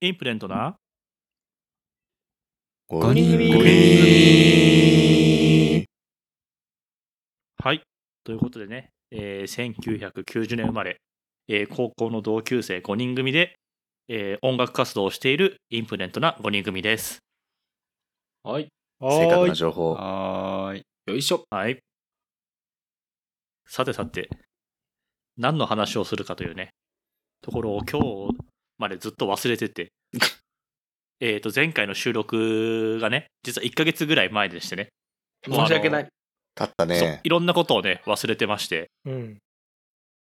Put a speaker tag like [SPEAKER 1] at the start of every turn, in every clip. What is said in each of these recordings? [SPEAKER 1] インプデントな
[SPEAKER 2] 五人組
[SPEAKER 3] 五人組
[SPEAKER 1] はい。ということでね、えー1990年生まれ、えー高校の同級生5人組で、えー音楽活動をしているインプデントな5人組です。
[SPEAKER 3] はい。
[SPEAKER 2] 正確な
[SPEAKER 4] ーい
[SPEAKER 2] 情報。
[SPEAKER 3] はーい。よいしょ。
[SPEAKER 1] はい。さてさて、何の話をするかというね、ところを今日までずっと忘れて て、えっと、前回の収録がね、実は1ヶ月ぐらい前でしてね、もうあの
[SPEAKER 3] 申し訳ない。
[SPEAKER 2] たった
[SPEAKER 1] そう
[SPEAKER 2] ね。
[SPEAKER 1] いろんなことをね、忘れてまして、
[SPEAKER 4] うん。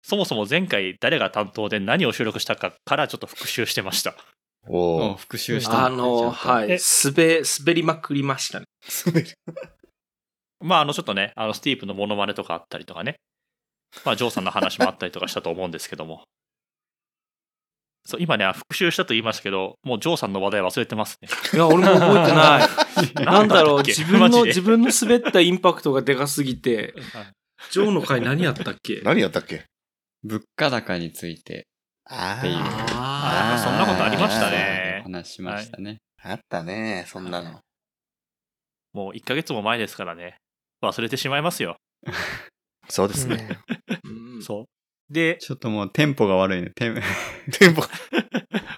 [SPEAKER 1] そもそも前回誰が担当で何を収録したかからちょっと復習してました。
[SPEAKER 2] お
[SPEAKER 3] うん
[SPEAKER 2] お。
[SPEAKER 3] 復習したた。
[SPEAKER 4] ね
[SPEAKER 3] あの、はい。
[SPEAKER 4] え
[SPEAKER 3] 滑、滑りまくりましたね。
[SPEAKER 1] まあ、あの、ちょっとね、あの、スティープのモノマネとかあったりとかね、まあ、ジョーさんの話もあったりとかしたと思うんですけども。 そう、今ね、復習したと言いましたけど、もうジョーさんの話題忘れてます ね。
[SPEAKER 4] いや、俺も覚えてない。 なんだろう、
[SPEAKER 1] なんだっけ
[SPEAKER 4] 自分
[SPEAKER 1] マジ
[SPEAKER 4] の、
[SPEAKER 1] で
[SPEAKER 4] 自分の滑ったインパクトがでかすぎて、
[SPEAKER 1] はい
[SPEAKER 3] ジョーの回何やったっ け
[SPEAKER 2] 何やったっけ
[SPEAKER 5] 物価高について
[SPEAKER 2] あ
[SPEAKER 5] っていう
[SPEAKER 2] あ
[SPEAKER 1] あーそんなことありましたね
[SPEAKER 5] お話しましたね。
[SPEAKER 2] あったね、そんなの。
[SPEAKER 1] もう1ヶ月も前ですからね、忘れてしまいますよ。
[SPEAKER 2] そうですね。
[SPEAKER 3] うん
[SPEAKER 1] そう。で、
[SPEAKER 5] ちょっともうテンポが悪いね。テン
[SPEAKER 2] テン ポ。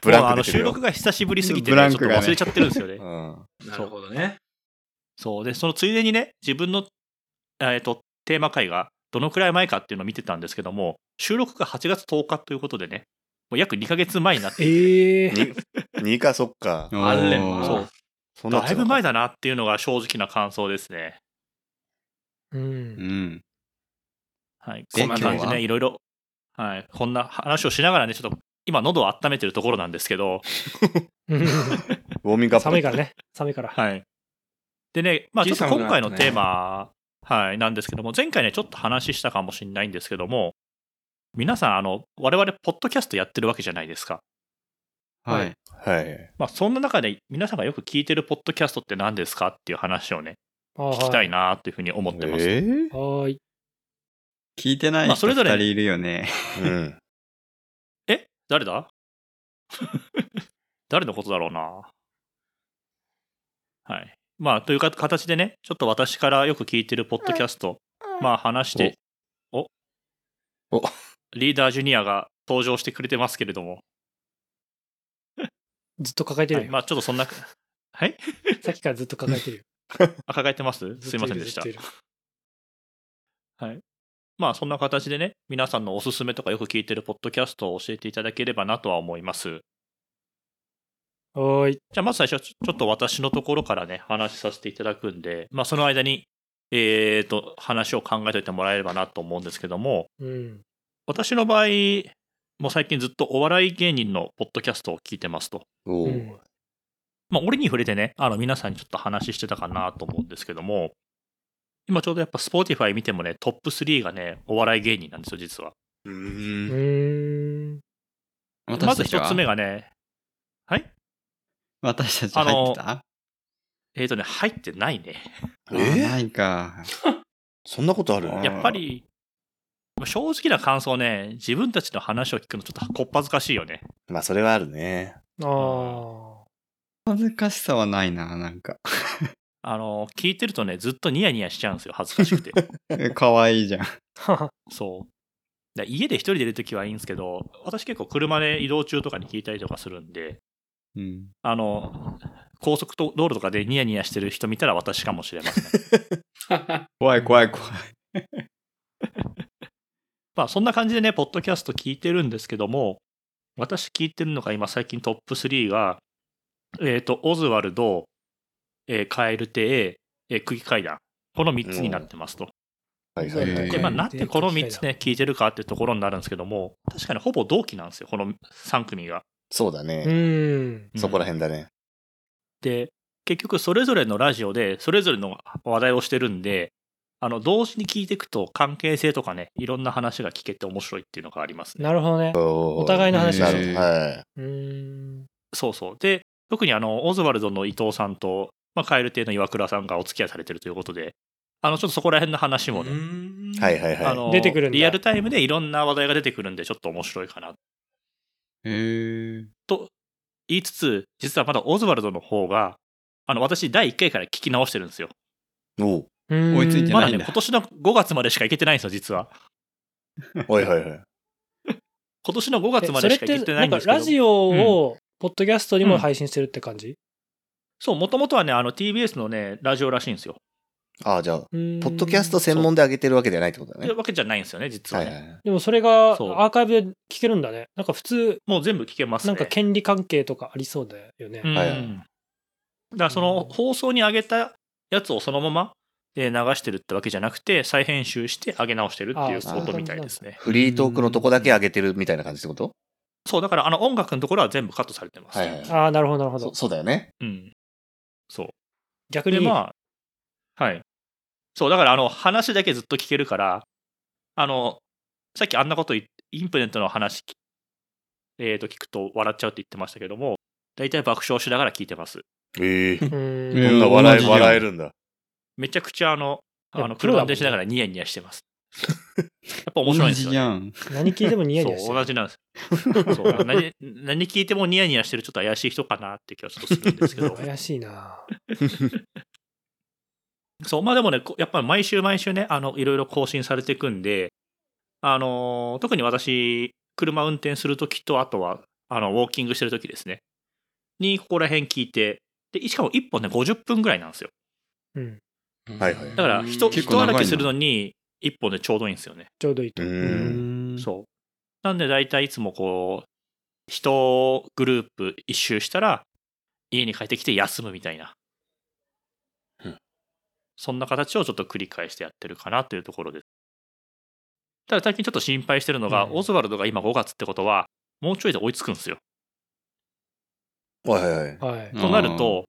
[SPEAKER 2] ブラ
[SPEAKER 1] もうあ
[SPEAKER 2] ンク
[SPEAKER 1] の
[SPEAKER 2] 出て
[SPEAKER 1] 収
[SPEAKER 2] るよ
[SPEAKER 1] 録。が久しぶりすぎて、
[SPEAKER 5] ブ
[SPEAKER 1] ね
[SPEAKER 5] ラ
[SPEAKER 1] ち
[SPEAKER 5] ン
[SPEAKER 1] ょっと
[SPEAKER 5] クがね
[SPEAKER 1] 忘れちゃってるんです よね
[SPEAKER 2] う。ん。
[SPEAKER 3] なるほどね。
[SPEAKER 1] そう。で、そのついでにね、自分の、えっ、と、テーマ回がどのくらい前かっていうのを見てたんですけども、収録が8月10日ということでね、もう約2ヶ月前になっていて
[SPEAKER 4] ええ
[SPEAKER 2] に、にかそっか。
[SPEAKER 5] おー
[SPEAKER 3] あれ
[SPEAKER 1] そう
[SPEAKER 2] そんな
[SPEAKER 1] だいぶ前
[SPEAKER 2] だ。
[SPEAKER 1] だなっていうのが正直な感想ですね。
[SPEAKER 4] う。
[SPEAKER 5] うんん。
[SPEAKER 1] はい、
[SPEAKER 5] で
[SPEAKER 1] こんな感じね、
[SPEAKER 5] 今日はい
[SPEAKER 1] ろいろ、はい、こんな話をしながらね、ちょっと今、喉を温めてるところなんですけど、
[SPEAKER 2] ウォーミングアップ。
[SPEAKER 4] 寒いからね。寒いから。
[SPEAKER 1] はい、でね、まあ、ちょっと
[SPEAKER 3] 小さく
[SPEAKER 1] 今
[SPEAKER 3] な
[SPEAKER 1] 回
[SPEAKER 3] ったね
[SPEAKER 1] のテーマ、はい、なんですけども、前回ね、ちょっと話したかもしれないんですけども、皆さん、あの我々、ポッドキャストやってるわけじゃないですか。
[SPEAKER 5] は
[SPEAKER 3] はい
[SPEAKER 5] い。
[SPEAKER 2] はい。
[SPEAKER 1] まあ、そんな中で、皆さんがよく聞いてるポッドキャストって何ですかっていう話をね、
[SPEAKER 4] あ
[SPEAKER 1] 聞きたいなっていうふうに思ってます。
[SPEAKER 2] えー
[SPEAKER 4] ーはいはーい。
[SPEAKER 5] 聞いてない
[SPEAKER 1] まあそ
[SPEAKER 5] 人
[SPEAKER 1] れ
[SPEAKER 5] 二
[SPEAKER 1] ぞれ
[SPEAKER 5] 人いるよね。
[SPEAKER 2] うん。
[SPEAKER 1] 誰だ 誰のことだろうな。はい。まあ、というか形でね、ちょっと私からよく聞いてるポッドキャスト、まあ話して、お
[SPEAKER 2] お
[SPEAKER 1] リーダージュニアが登場してくれてますけれども、
[SPEAKER 4] ずっと抱えて
[SPEAKER 1] はい
[SPEAKER 4] るよ。
[SPEAKER 1] まあちょっとそんな、 はい
[SPEAKER 4] さっきからずっと抱えてるよ。
[SPEAKER 1] あ抱えてます すいませんでした
[SPEAKER 4] ずっ。とるずっと
[SPEAKER 1] まあそんな形でね、皆さんのおすすめとかよく聞いてるポッドキャストを教えていただければなとは思います。
[SPEAKER 4] いるはーい。
[SPEAKER 1] じゃあ、まず最初、ちょちょっと私のところからね、話しさせていただくんで、まあ、その間に、えー、と、話を考えておいてもらえればなと思うんですけども、
[SPEAKER 4] うん。
[SPEAKER 1] 私の場合、もう最近ずっとお笑い芸人のポッドキャストを聞いてますと。
[SPEAKER 2] お
[SPEAKER 4] う
[SPEAKER 2] ー
[SPEAKER 4] ん
[SPEAKER 1] まあ、折に触れてね、あの、皆さんにちょっと話してたかなと思うんですけども、今ちょうどやっぱ Spotify 見てもね、トップ3がね、お笑い芸人なんですよ、実は。
[SPEAKER 2] う。
[SPEAKER 4] うんーん。
[SPEAKER 1] まず
[SPEAKER 5] 私たち
[SPEAKER 1] 一
[SPEAKER 5] は
[SPEAKER 1] つ目がね、はい
[SPEAKER 5] 私たち入ってた
[SPEAKER 1] えー、とね、入ってないね。
[SPEAKER 2] あ
[SPEAKER 5] あ
[SPEAKER 2] のえー
[SPEAKER 5] ないか。
[SPEAKER 2] そんなことある
[SPEAKER 5] い
[SPEAKER 1] やっぱり、まあ正直な感想ね、自分たちの話を聞くのちょっとこっぱずかしいよね。
[SPEAKER 2] まあ、それはあるね。
[SPEAKER 4] ああ。
[SPEAKER 5] 恥ずかしさはないな、なんか。
[SPEAKER 1] あの、聞いてるとね、ずっとニヤニヤしちゃうんですよ、恥ずかしくて。
[SPEAKER 5] かわいいじゃん。
[SPEAKER 4] はは
[SPEAKER 1] そう。だ家で一人でいるときはいいんですけど、私結構車で移動中とかに聞いたりとかするんで、
[SPEAKER 5] うん。
[SPEAKER 1] あの、高速と道路とかでニヤニヤしてる人見たら私かもしれません。
[SPEAKER 5] 怖い怖い怖い。
[SPEAKER 1] まあそんな感じでね、ポッドキャスト聞いてるんですけども、私聞いてるのが今最近トップ3が、えっ、と、オズワルド、えーカエルテ、えー、釘階段。この3つになってますと。
[SPEAKER 2] はいはいは
[SPEAKER 5] うん
[SPEAKER 2] い。
[SPEAKER 1] で、まあなんでこの
[SPEAKER 4] 釘
[SPEAKER 1] 3
[SPEAKER 4] 階
[SPEAKER 1] つ
[SPEAKER 4] 段
[SPEAKER 1] ね、聞いてるかってところになるんですけども、確かにほぼ同期なんですよ、この3組が。
[SPEAKER 2] そうだ
[SPEAKER 4] う
[SPEAKER 2] ね。
[SPEAKER 4] ん。
[SPEAKER 2] そこら
[SPEAKER 1] へん。
[SPEAKER 2] 辺だね。
[SPEAKER 1] で、結局それぞれのラジオで、それぞれの話題をしてるんで、あの、同時に聞いていくと関係性とかね、いろんな話が聞けて面白いっていうのがありますね。
[SPEAKER 4] なるほどね。
[SPEAKER 2] お
[SPEAKER 4] お互いの話
[SPEAKER 2] な
[SPEAKER 4] だ
[SPEAKER 2] るほど。は
[SPEAKER 4] うーん。
[SPEAKER 1] そうそう。で、特にあの、オズワルドの伊藤さんと、まあ、カエル亭の岩倉さんがお付き合いされてるということで、あの、ちょっとそこら辺の話もね、
[SPEAKER 2] い。はいはい
[SPEAKER 1] あ
[SPEAKER 2] は
[SPEAKER 1] の
[SPEAKER 4] 出てくるんだ
[SPEAKER 1] リアルタイムでいろんな話題が出てくるんで、ちょっと面白いかな。
[SPEAKER 5] へえ。
[SPEAKER 1] と、言いつつ、実はまだオズワルドの方が、あの、私、第1回から聞き直してるんですよ。
[SPEAKER 2] おう
[SPEAKER 5] 追いついて
[SPEAKER 1] ま
[SPEAKER 5] な
[SPEAKER 1] だ
[SPEAKER 5] いん
[SPEAKER 1] ね、
[SPEAKER 5] だ
[SPEAKER 1] 今年の5月までしか行けてないんですよ、実は。
[SPEAKER 2] はいはいはい。
[SPEAKER 1] 今年の5月ま
[SPEAKER 4] そ
[SPEAKER 1] で
[SPEAKER 4] れ
[SPEAKER 1] し
[SPEAKER 4] っ
[SPEAKER 1] か行け
[SPEAKER 4] て、
[SPEAKER 1] てな
[SPEAKER 4] ないん
[SPEAKER 1] ん
[SPEAKER 4] か
[SPEAKER 1] ですけど。
[SPEAKER 4] ラジオを、ポッドキャストにも配信してるって感じ
[SPEAKER 1] そう、もともとはね、あの TBS のね、ラジオらしいんですよ。
[SPEAKER 2] ああ、じゃあ、
[SPEAKER 4] ポ
[SPEAKER 2] ポッドキャスト専門で上げてるわけじゃないってことだ
[SPEAKER 1] とい
[SPEAKER 2] ね
[SPEAKER 1] う。わけじゃないんですよね、実
[SPEAKER 2] は
[SPEAKER 1] はいね。
[SPEAKER 2] はい。
[SPEAKER 4] でもそれがア
[SPEAKER 1] そう
[SPEAKER 4] ーカイブで聞けるんだね。なんか普通、
[SPEAKER 1] もう全部聞けますね。
[SPEAKER 4] なんか権利関係とかありそうだよね。
[SPEAKER 1] うん
[SPEAKER 2] はいはい
[SPEAKER 1] だからその放送に上げたやつをそのままえー流してるってわけじゃなくて、再編集して上げ直してるっていう
[SPEAKER 4] あー
[SPEAKER 1] ことみたいですね。
[SPEAKER 2] フリートークのとこだけ上げてるみたいな感じってこと
[SPEAKER 1] そう、だからあの音楽のところは全部カットされてます。
[SPEAKER 2] はいはい。
[SPEAKER 4] ああ、なるほど、なるほ
[SPEAKER 2] そ
[SPEAKER 4] ど。
[SPEAKER 2] そうだよね。
[SPEAKER 1] うん。そう。
[SPEAKER 4] 逆
[SPEAKER 1] で、
[SPEAKER 4] に、
[SPEAKER 1] まあ、はい。そう、だから、あの、話だけずっと聞けるから、あの、さっきあんなこと言って、インプレントの話き、えっ、と、聞くと笑っちゃうって言ってましたけども、大体爆笑しながら聞いてます。
[SPEAKER 2] ええ。
[SPEAKER 4] うーん
[SPEAKER 5] え
[SPEAKER 2] こ
[SPEAKER 5] ー
[SPEAKER 2] んな笑
[SPEAKER 5] 同
[SPEAKER 2] え、
[SPEAKER 5] じじゃん
[SPEAKER 2] 笑えるんだ。
[SPEAKER 1] めちゃくちゃ、あの、
[SPEAKER 4] いや
[SPEAKER 1] あの
[SPEAKER 4] プロだ
[SPEAKER 1] 車
[SPEAKER 4] も
[SPEAKER 1] 運
[SPEAKER 4] んね
[SPEAKER 1] 転しながらニヤニヤしてます。やっぱ面白いんですよ、
[SPEAKER 5] じ
[SPEAKER 1] ね。
[SPEAKER 5] ゃん。
[SPEAKER 4] 何聞いてもニヤニヤし
[SPEAKER 1] そう、同じ
[SPEAKER 4] てる。
[SPEAKER 1] なん です。そう何何聞いてもニヤニヤしてるちょっと怪しい人かなって気はちょっとするんですけ ど。
[SPEAKER 4] 怪しいな。
[SPEAKER 1] そう、まあでもね、こやっぱり毎週毎週ね、あの、いろいろ更新されていくんで、あのー特に私、車運転するときと、あとは、あの、ウォーキングしてるときですね、に、ここら辺聞いて、で、しかも1本ね、50分ぐらいなんですよ。
[SPEAKER 4] うん、
[SPEAKER 2] はいはい
[SPEAKER 1] だから、人、
[SPEAKER 5] 結
[SPEAKER 1] 人
[SPEAKER 5] 構長いな
[SPEAKER 1] 歩きするのに、1本でちょうどいいんですよね。
[SPEAKER 4] ちょうどいいと。
[SPEAKER 2] う。
[SPEAKER 5] うんん。
[SPEAKER 1] そう。なんで、大体いつもこう、人グループ一周したら、家に帰ってきて休むみたいな
[SPEAKER 2] うん。
[SPEAKER 1] そんな形をちょっと繰り返してやってるかなというところです。ただ最近ちょっと心配してるのが、
[SPEAKER 4] うん
[SPEAKER 1] オズワルドが今5月ってことは、もうちょいで追いつくんですよ。
[SPEAKER 2] はいはいはい。
[SPEAKER 4] はい。
[SPEAKER 5] うん
[SPEAKER 1] となると、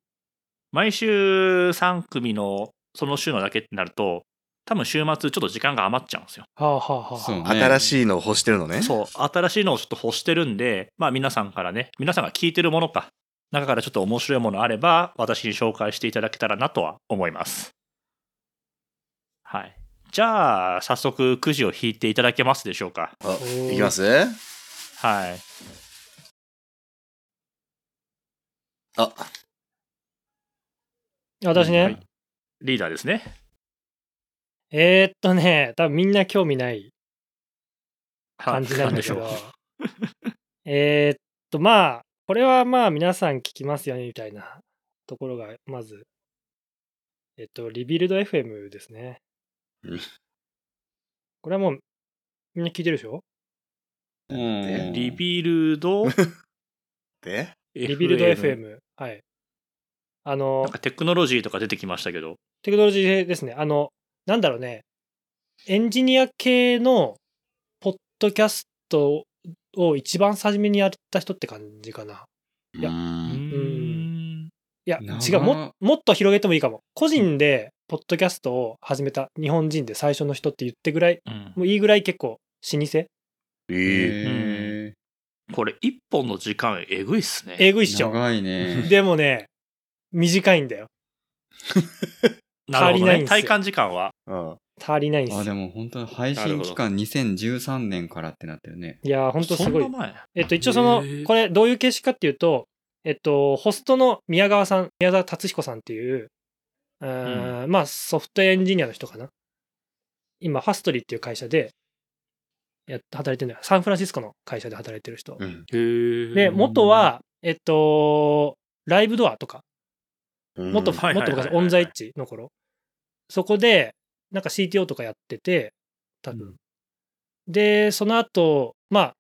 [SPEAKER 1] 毎週3組のその週のだけってなると、多分週末ちょっと時間が余っちゃうんですよ。
[SPEAKER 4] はあはあは
[SPEAKER 5] そうね。
[SPEAKER 2] 新しいのを欲してるのね。
[SPEAKER 1] そう、新しいのをちょっと欲してるんで、まあ皆さんからね、皆さんが聞いてるものか、中からちょっと面白いものあれば、私に紹介していただけたらなとは思います。はい。じゃあ、早速くじを引いていただけますでしょうか。
[SPEAKER 2] あ
[SPEAKER 4] おー
[SPEAKER 2] いきます
[SPEAKER 1] はい。
[SPEAKER 2] あ、
[SPEAKER 4] あ。私ね、
[SPEAKER 1] はいリーダーですね。
[SPEAKER 4] えー、っとね、多分みんな興味ない
[SPEAKER 1] は
[SPEAKER 4] 感じなんだけど
[SPEAKER 1] なんでしょう。
[SPEAKER 4] えー、っと、まあ、これはまあ皆さん聞きますよね、みたいなところが、まず。えっと、リビルド FM ですね
[SPEAKER 2] うん。
[SPEAKER 4] これはもう、みんな聞いてるでしょ
[SPEAKER 5] うん。
[SPEAKER 1] リビルド FM。
[SPEAKER 2] で、
[SPEAKER 4] リビルド FM。はい。あの
[SPEAKER 1] なん、かテクノロジーとか出てきましたけど。
[SPEAKER 4] テクノロジーですね。あの、なんだろうね。エンジニア系のポッドキャストを一番初めにやった人って感じかな。いや
[SPEAKER 1] うー
[SPEAKER 5] うん
[SPEAKER 1] ん。
[SPEAKER 4] いや、
[SPEAKER 5] なあ
[SPEAKER 4] 違うも。もっと広げてもいいかも。個人でポッドキャストを始めた日本人で最初の人って言ってぐらい、
[SPEAKER 1] うん
[SPEAKER 4] もういいぐらい結構老舗。
[SPEAKER 2] ええ
[SPEAKER 5] へ
[SPEAKER 1] これ、一本の時間、えぐいっすね。
[SPEAKER 4] えぐいっ
[SPEAKER 5] ー
[SPEAKER 4] しょ。
[SPEAKER 5] 長いね。
[SPEAKER 4] でもね、短いんだよ。
[SPEAKER 1] なるほど
[SPEAKER 4] 足りない
[SPEAKER 1] ね。
[SPEAKER 4] んすよ
[SPEAKER 1] 体感時間は。
[SPEAKER 2] うん。
[SPEAKER 4] 足りないんで
[SPEAKER 5] あ、
[SPEAKER 4] す
[SPEAKER 5] で
[SPEAKER 4] よ。
[SPEAKER 5] も本当に配信期間2013年からってなってるね。
[SPEAKER 4] いやー、ほんとすごい
[SPEAKER 1] そん。な前
[SPEAKER 4] えっと、一応その
[SPEAKER 1] へー、
[SPEAKER 4] これどういう形式かっていうと、えっと、ホストの宮川さん、宮沢達彦さんっていう、うーんまあソフトウェアエンジニアの人かな。今、ファストリーっていう会社で、やっ働いてるんだよ。サンフランシスコの会社で働いてる人。
[SPEAKER 2] うん。
[SPEAKER 4] で、元は、えっと、ライブドアとか、
[SPEAKER 2] うん
[SPEAKER 4] もっと、
[SPEAKER 1] はい
[SPEAKER 4] もっ
[SPEAKER 1] はい
[SPEAKER 4] と
[SPEAKER 1] はい
[SPEAKER 4] 昔、
[SPEAKER 1] はい
[SPEAKER 4] オンザイッチの頃。そこで、なんか CTO とかやってて、多分。で、その後、ま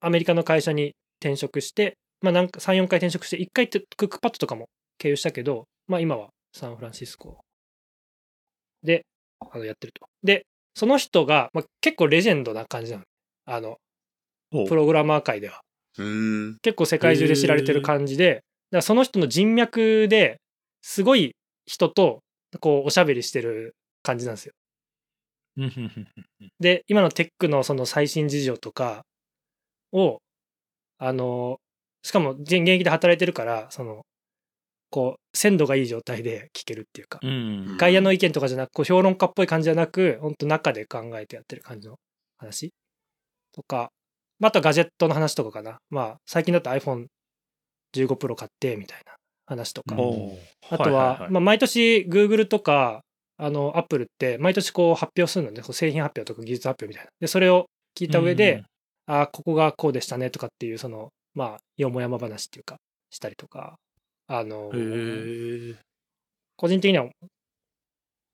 [SPEAKER 4] あ、アメリカの会社に転職して、まあ、なんか3、4回転職して、1回ってクックパッドとかも経由したけど、まあ、今はサンフランシスコで、あの、やってると。で、その人が、まあ、結構レジェンドな感じなの。あの、
[SPEAKER 1] ほう
[SPEAKER 4] プログラマー界では。
[SPEAKER 2] うん。
[SPEAKER 4] 結構世界中で知られてる感じで、だからその人の人脈ですごい人とこうおしゃべりしてる感じなんですよ。
[SPEAKER 1] うんうんうん
[SPEAKER 4] で、今のテックのその最新事情とかを、あの、しかも現役で働いてるから、その、こう、鮮度がいい状態で聞けるっていうか、
[SPEAKER 1] うん
[SPEAKER 4] 外野の意見とかじゃなく、こう評論家っぽい感じじゃなく、ほんと中で考えてやってる感じの話とか、またガジェットの話とかかな。まあ、最近だと iPhone 15プロ買ってみたいな話とか、
[SPEAKER 5] うん
[SPEAKER 1] おー
[SPEAKER 4] あとは、
[SPEAKER 1] いいい
[SPEAKER 4] まあ、毎年 Google とかあの Apple って毎年こう発表するので、こう製品発表とか技術発表みたいな。で、それを聞いた上で、あーここがこうでしたねとかっていう、その、まあ、よもやま話っていうか、したりとか、あの
[SPEAKER 1] う、んへえ
[SPEAKER 4] 個人的には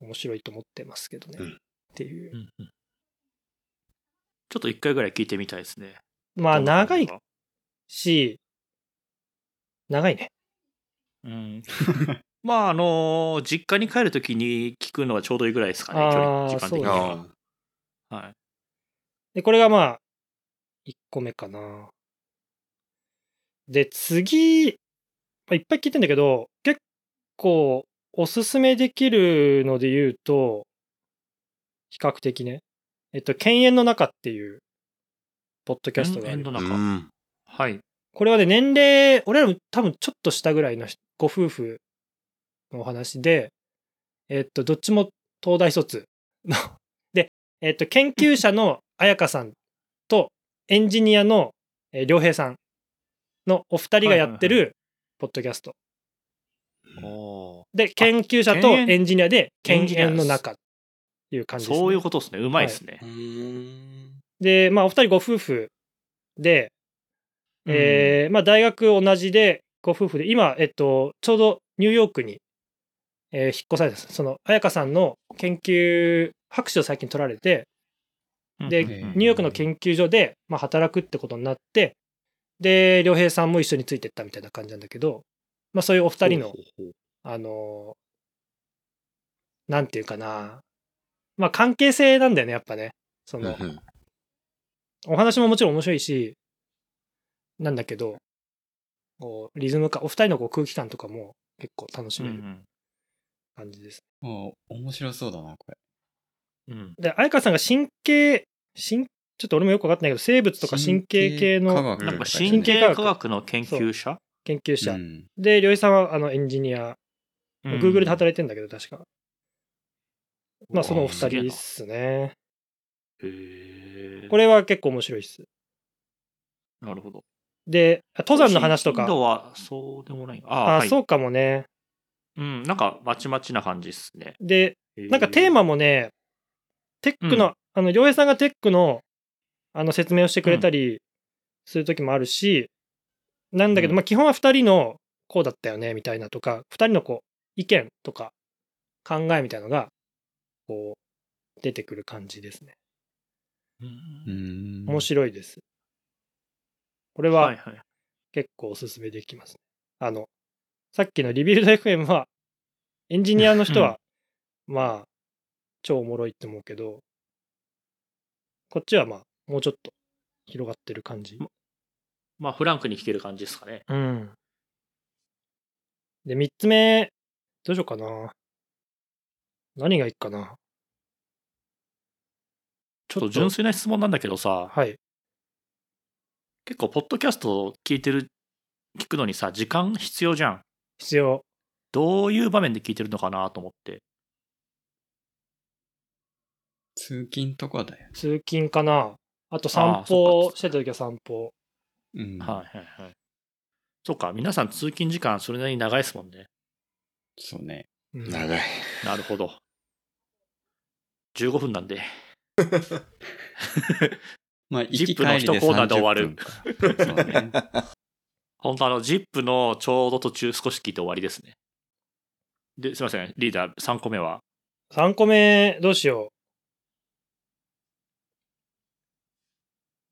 [SPEAKER 4] 面白いと思ってますけどね。
[SPEAKER 2] うん
[SPEAKER 4] っていう
[SPEAKER 1] う。んうんちょっと一回ぐらい聞いてみたいですね。
[SPEAKER 4] まあ、
[SPEAKER 1] どんな
[SPEAKER 4] 長
[SPEAKER 1] 感じ
[SPEAKER 4] い
[SPEAKER 1] か
[SPEAKER 4] し、長いね。
[SPEAKER 1] うん、 まああのー実家に帰るときに聞くのはちょうどいいぐらいですかね、距離
[SPEAKER 4] あー
[SPEAKER 1] 時間的に
[SPEAKER 4] そう
[SPEAKER 1] は。
[SPEAKER 2] あ
[SPEAKER 1] はい、
[SPEAKER 4] で、これがまあ、1個目かな。で、次、まあいっぱい聞いてんだけど、結構おすすめできるので言うと、比較的ね、えっと、犬猿の中っていう、ポッドキャストがあ
[SPEAKER 1] エン
[SPEAKER 4] る
[SPEAKER 1] ド。
[SPEAKER 2] あ
[SPEAKER 1] なんか、
[SPEAKER 2] うん。
[SPEAKER 1] はい。
[SPEAKER 4] これはね、年齢、俺らも多分ちょっと下ぐらいの人ご夫婦のお話で、えっと、どっちも東大卒の で、えっと、研究者の彩香さんとエンジニアのえー良平さんのお二人がやって
[SPEAKER 1] は
[SPEAKER 4] るポッドキャスト。
[SPEAKER 1] おー
[SPEAKER 4] で、研究者と
[SPEAKER 1] 犬猿
[SPEAKER 4] エンジニアで、
[SPEAKER 1] エン
[SPEAKER 4] 犬
[SPEAKER 1] ジニア
[SPEAKER 4] 猿
[SPEAKER 1] です
[SPEAKER 4] の中っていう感じです、ね。
[SPEAKER 1] そういうことですね、うまいですね。
[SPEAKER 3] うん。
[SPEAKER 4] で、まあ、お二人ご夫婦で、えーまあ、大学同じで、ご夫婦で、今、えっと、ちょうどニューヨークに、えー引っ越されてます。その、彩香さんの研究、博士を最近取られて、
[SPEAKER 1] うん
[SPEAKER 4] で
[SPEAKER 1] うんうん
[SPEAKER 4] ニューヨークの研究所で、まあ、働くってことになって、で、良平さんも一緒についてったみたいな感じなんだけど、まあ、そういうお二人の、あのーなんていうかな、まあ、関係性なんだよね、やっぱね。その、
[SPEAKER 2] うん
[SPEAKER 4] お話ももちろん面白いし、なんだけど、こうリズムか、お二人のこう空気感とかも結構楽し
[SPEAKER 1] うん
[SPEAKER 4] め
[SPEAKER 1] う
[SPEAKER 4] る
[SPEAKER 1] ん
[SPEAKER 4] 感じです。
[SPEAKER 5] あ面白そうだな、これ。
[SPEAKER 1] うん
[SPEAKER 4] で、彩香さんが神経、神、ちょっと俺もよくわかってないけど、生物とか神経系
[SPEAKER 5] 科
[SPEAKER 4] の
[SPEAKER 5] 学
[SPEAKER 1] なんか
[SPEAKER 5] と
[SPEAKER 1] 神
[SPEAKER 5] かね
[SPEAKER 1] 経科学の研究者
[SPEAKER 4] 研究者。
[SPEAKER 5] うん
[SPEAKER 4] で、りょういさんはあのエンジニア、Google で働いてんだけど、確か。まあ、そのお二人
[SPEAKER 1] で。
[SPEAKER 4] ですすね。
[SPEAKER 1] へー
[SPEAKER 4] これは結構面白いです。
[SPEAKER 1] なるほど。
[SPEAKER 4] で、登山の話とか
[SPEAKER 1] イン。ドはそうでもない。あ
[SPEAKER 4] あ、
[SPEAKER 1] はい、
[SPEAKER 4] そうかもね。
[SPEAKER 1] うん、なんかまちまちな感じですね。
[SPEAKER 4] で、なんかテーマ
[SPEAKER 1] も、
[SPEAKER 4] もね、テックの、あの、良平さんがテックの、あの、説明をしてくれたりする時もあるし、なんだけど、
[SPEAKER 1] うん
[SPEAKER 4] まあ、基本は2人の、こうだったよね、みたいなとか、2人のこう、意見とか、考えみたいのが、こう、出てくる感じですね。
[SPEAKER 1] うん
[SPEAKER 5] うん。
[SPEAKER 4] 面
[SPEAKER 5] い。
[SPEAKER 4] 白いです。これ
[SPEAKER 1] は
[SPEAKER 4] はい
[SPEAKER 1] はい。
[SPEAKER 4] 結構おすすめできます、ねあの、さっきのリビルド FM は、エンジニアの人は、まあ、超おもろいって思うけど、こっちはまあ、もうちょっと広がってる感じ。
[SPEAKER 1] まあ、フランクに聞ける感じですかね。
[SPEAKER 4] うん。で、三つ目、どうしようかな。何がいいかな。
[SPEAKER 1] ちょっと純粋な質問なんだけどさ、
[SPEAKER 4] はい。
[SPEAKER 1] 結構、ポッドキャストを聞いてる、聞くのにさ、時間必要じゃん。
[SPEAKER 4] 必要。
[SPEAKER 1] どういう場面で聞いてるのかなと思って。
[SPEAKER 5] 通勤とかだよ。
[SPEAKER 4] 通勤かな。あと
[SPEAKER 1] あ
[SPEAKER 4] 散
[SPEAKER 1] あそっ
[SPEAKER 4] 歩
[SPEAKER 1] か
[SPEAKER 4] してた時は散歩。
[SPEAKER 5] うん。
[SPEAKER 1] はいはいはい。そっか、皆さん通勤時間それなりに長いですもんね。
[SPEAKER 5] そうね。
[SPEAKER 4] うん
[SPEAKER 2] 長い。
[SPEAKER 1] なる ほど。15分なんで。
[SPEAKER 5] まあ、行き
[SPEAKER 1] ジッ
[SPEAKER 5] 帰
[SPEAKER 1] プの
[SPEAKER 5] りで
[SPEAKER 1] 一コーナーで終わる
[SPEAKER 5] 30分か。そうね。
[SPEAKER 1] 本当あの、ZIP のちょうど途中少し聞いて終わりですね。で、すいません、リーダー、3個目は。
[SPEAKER 4] 3個目、どうしよう。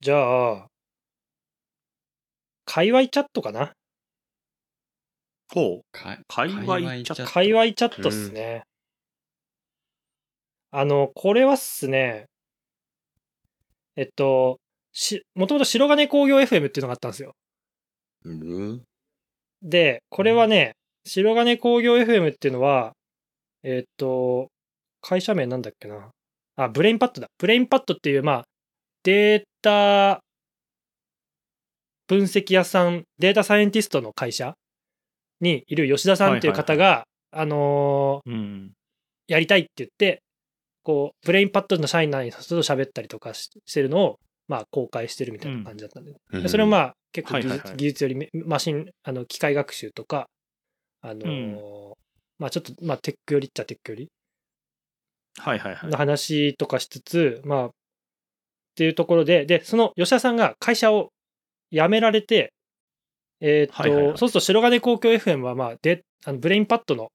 [SPEAKER 4] じゃあ、界隈チャットかな
[SPEAKER 1] ほう。
[SPEAKER 5] か
[SPEAKER 1] 界隈チャット
[SPEAKER 4] 界隈チャットっすね。あの、これはっすね、えっと、し、もともと白金工業 FM っていうのがあったんですよ。
[SPEAKER 2] うん。
[SPEAKER 4] で、これはね、白金工業 FM っていうのは、えーっと、会社名なんだっけな。あ、ブレインパッドだ。ブレインパッドっていう、まあ、データ分析屋さん、データサイエンティストの会社にいる吉田さんっていう方が、あの
[SPEAKER 1] うん。
[SPEAKER 4] ーやりたいって言って、こう、ブレインパッドの社員の人と喋ったりとかししてるのを、まあ、公開してるみたいな感じだったんで、
[SPEAKER 2] うん
[SPEAKER 4] でそれをまあ結構技
[SPEAKER 1] は
[SPEAKER 4] 術,、
[SPEAKER 1] いはいはい
[SPEAKER 4] 技術よりめマシンあの機械学習とか、あのーまあ、ちょっと、まあ、テック寄りっちゃテック寄り
[SPEAKER 1] はいはいはい
[SPEAKER 4] の。話とかしつつ、まあ、っていうところで、で、その吉田さんが会社を辞められて、えーっ
[SPEAKER 1] は
[SPEAKER 4] と、
[SPEAKER 1] いはいはい
[SPEAKER 4] そうすると白金公共 FM は、まあ、で、あのブレインパッドの、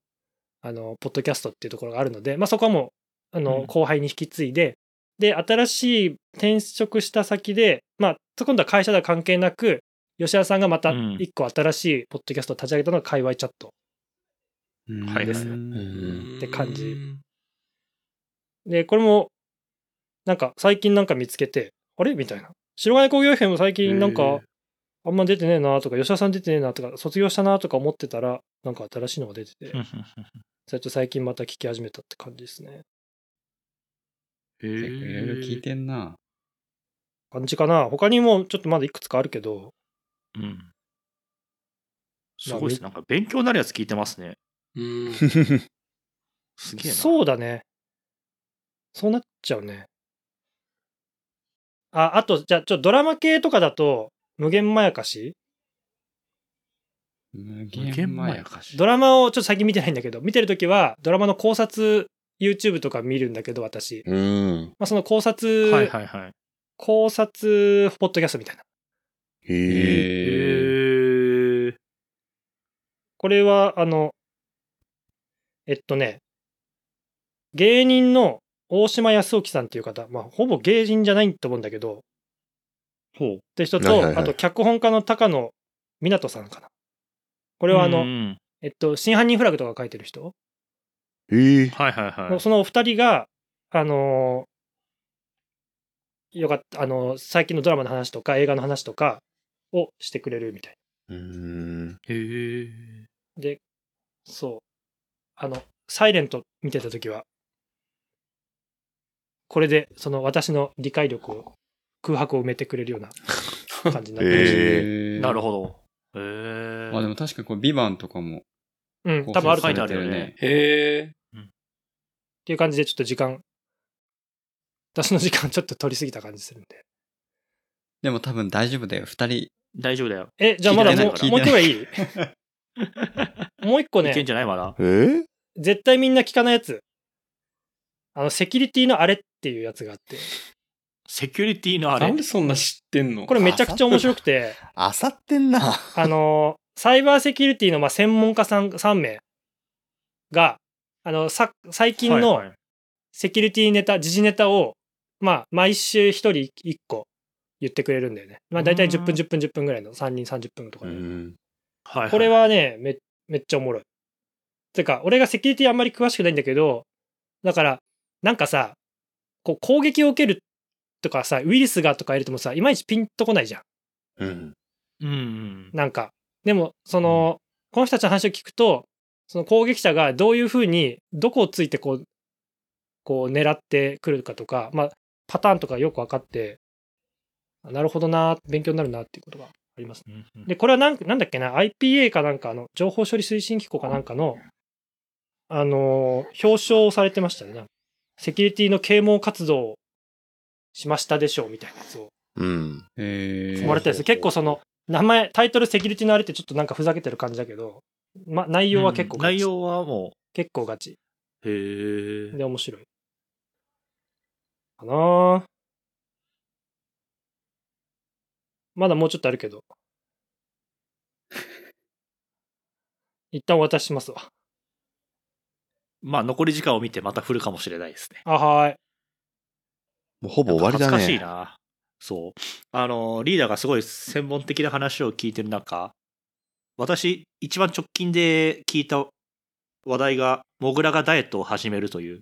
[SPEAKER 4] あの、ポッドキャストっていうところがあるので、まあ、そこはもう、あの、
[SPEAKER 1] うん
[SPEAKER 4] 後輩に引き継いで、で、新しい転職した先で、まあ、今度は会社では関係なく、吉田さんがまた
[SPEAKER 1] うん
[SPEAKER 4] 一個新しいポッドキャストを立ち上げたのが界隈チャット。
[SPEAKER 1] はい
[SPEAKER 5] で
[SPEAKER 1] ですす
[SPEAKER 2] うん
[SPEAKER 4] って感じ
[SPEAKER 3] うん
[SPEAKER 4] で、これも、なんか最近なんか見つけて、あれみたいな。白金工業編も最近なん
[SPEAKER 3] へえ
[SPEAKER 4] か、あんま出てねえなとか、吉田さん出てねえなとか、卒業したなとか思ってたら、なんか新しいのが出てて、
[SPEAKER 1] うん
[SPEAKER 4] それと最近また聞き始めたって感じですね。
[SPEAKER 1] うんうん
[SPEAKER 5] 結構いろいろ聞いてんな。
[SPEAKER 4] 感じかな。他にもちょっとまだいくつかあるけど、
[SPEAKER 1] うんすごいですね。なんか勉強になるやつ聞いてますね。
[SPEAKER 3] うん
[SPEAKER 1] すげえな。
[SPEAKER 4] そうだね。そうなっちゃうね。あ、あと、じゃあ、ちょっとドラマ系とかだと、無限まやかし
[SPEAKER 5] 無
[SPEAKER 1] 無
[SPEAKER 5] 限
[SPEAKER 1] 限
[SPEAKER 5] ま
[SPEAKER 1] ま
[SPEAKER 5] や
[SPEAKER 1] や
[SPEAKER 5] か。
[SPEAKER 1] かし。
[SPEAKER 4] ドラマをちょっと最近見てないんだけど、見てるときはドラマの考察 YouTube とか見るんだけど、私。
[SPEAKER 2] うん。
[SPEAKER 4] まあ、その考察、
[SPEAKER 1] はいはいはい。
[SPEAKER 4] 考察ポッドキャストみたいな。
[SPEAKER 2] へえ。
[SPEAKER 5] へえ。
[SPEAKER 1] へえ。
[SPEAKER 4] これは、あの、えっとね、芸人の大島康之さんっていう方、まあ、ほぼ芸人じゃないと思うんだけど、
[SPEAKER 1] ほう。
[SPEAKER 4] って人と、
[SPEAKER 2] はいはいはい
[SPEAKER 4] あと脚本家の高野湊さんかな。これはあの、
[SPEAKER 1] うん
[SPEAKER 4] えっと、真犯人フラグとか書いてる人、
[SPEAKER 2] へえ。
[SPEAKER 1] はいはいはい。
[SPEAKER 4] そのお二人が、あのーよかった、あのー最近のドラマの話とか映画の話とかをしてくれるみたい
[SPEAKER 2] うん。
[SPEAKER 1] へえ。
[SPEAKER 4] な。で、そう。あの、サイレント見てた時は、これで、その私の理解力を、空白を埋めてくれる ような感じになってました。
[SPEAKER 2] へ
[SPEAKER 1] なる
[SPEAKER 5] ほ
[SPEAKER 1] ほど。へえ。
[SPEAKER 5] あ、でも確かこれ、ビバンとかも。
[SPEAKER 4] うん、多分あると
[SPEAKER 1] 書
[SPEAKER 4] 思
[SPEAKER 1] いうて
[SPEAKER 4] っ
[SPEAKER 1] あるよね。
[SPEAKER 3] へえ。
[SPEAKER 4] ていう感じで、ちょっと時間、私の時間ちょっと取りすぎた感じするんで。
[SPEAKER 5] でも多分大丈夫だよ。二人。
[SPEAKER 1] 大丈夫だよ。
[SPEAKER 4] え、じゃあまだもう、もう
[SPEAKER 1] 聞
[SPEAKER 4] 一
[SPEAKER 5] いてない
[SPEAKER 4] 個ぐらいいいもう一 個ね。
[SPEAKER 1] いけんじゃないまだ。
[SPEAKER 2] え
[SPEAKER 4] 絶対みんな聞かないやつ。あの、セキュリティのあれっていうやつがあって、
[SPEAKER 1] セキュリティのあ
[SPEAKER 3] な
[SPEAKER 1] れ
[SPEAKER 3] んで。そんな知ってんの
[SPEAKER 4] これめちゃくちゃ面白くて、
[SPEAKER 2] あさってんな。
[SPEAKER 4] あの、サイバーセキュリティのまあ専門家さん3名が、あの、さ、最近
[SPEAKER 1] はい
[SPEAKER 4] の
[SPEAKER 1] はい
[SPEAKER 4] セキュリティネタ、時事ネタを、まあ、毎週1人1個言ってくれるんだよね。まあ、大体10分、10分、10分ぐらいの3人30分とか
[SPEAKER 2] う
[SPEAKER 4] で。
[SPEAKER 2] ん。
[SPEAKER 1] はいはい
[SPEAKER 4] これはね、めめっちゃおもろい。てか、俺がセキュリティあんまり詳しくないんだけど、だから、なんかさ、こう攻撃を受けるとかさ、ウイルスがとか入れてもさ、いまいちピンとこないじゃん。
[SPEAKER 2] うん。
[SPEAKER 1] うんうん。
[SPEAKER 4] なんか。でも、その、この人たちの話を聞くと、その攻撃者がどういうふうに、どこをついてこう、こう狙ってくるかとか、まあ、パターンとかよく分かって、あなるほどな、勉強になるなっていうことがありますね
[SPEAKER 1] うんうん
[SPEAKER 4] で、これはなんなんだっけな、IPA かなんかの、情報処理推進機構かなんかの、あのー表彰をされてましたね。セキュリティの啓蒙活動をしましたでしょうみたいなやつを
[SPEAKER 2] うん。
[SPEAKER 5] へえ。
[SPEAKER 4] もらったやつ。
[SPEAKER 2] ほうほうほう
[SPEAKER 4] 結構その、名前、タイトルセキュリティのあれってちょっとなんかふざけてる感じだけど、ま、内容は結構
[SPEAKER 1] うん
[SPEAKER 4] ガチ、
[SPEAKER 1] 内容はも
[SPEAKER 4] 結構ガチ。
[SPEAKER 1] う。へえ。
[SPEAKER 4] で、面白い。かなぁまだもうちょっとあるけど。一旦お渡ししますわ。
[SPEAKER 1] まあ残り時間を見てまた振るかもしれないですね。
[SPEAKER 4] あ、はーい。
[SPEAKER 2] もうほぼ終わりだね。
[SPEAKER 1] 恥ずかしいな。そう。あの、リーダーがすごい専門的な話を聞いてる中、私、一番直近で聞いた話題が、モグラがダイエットを始めるという、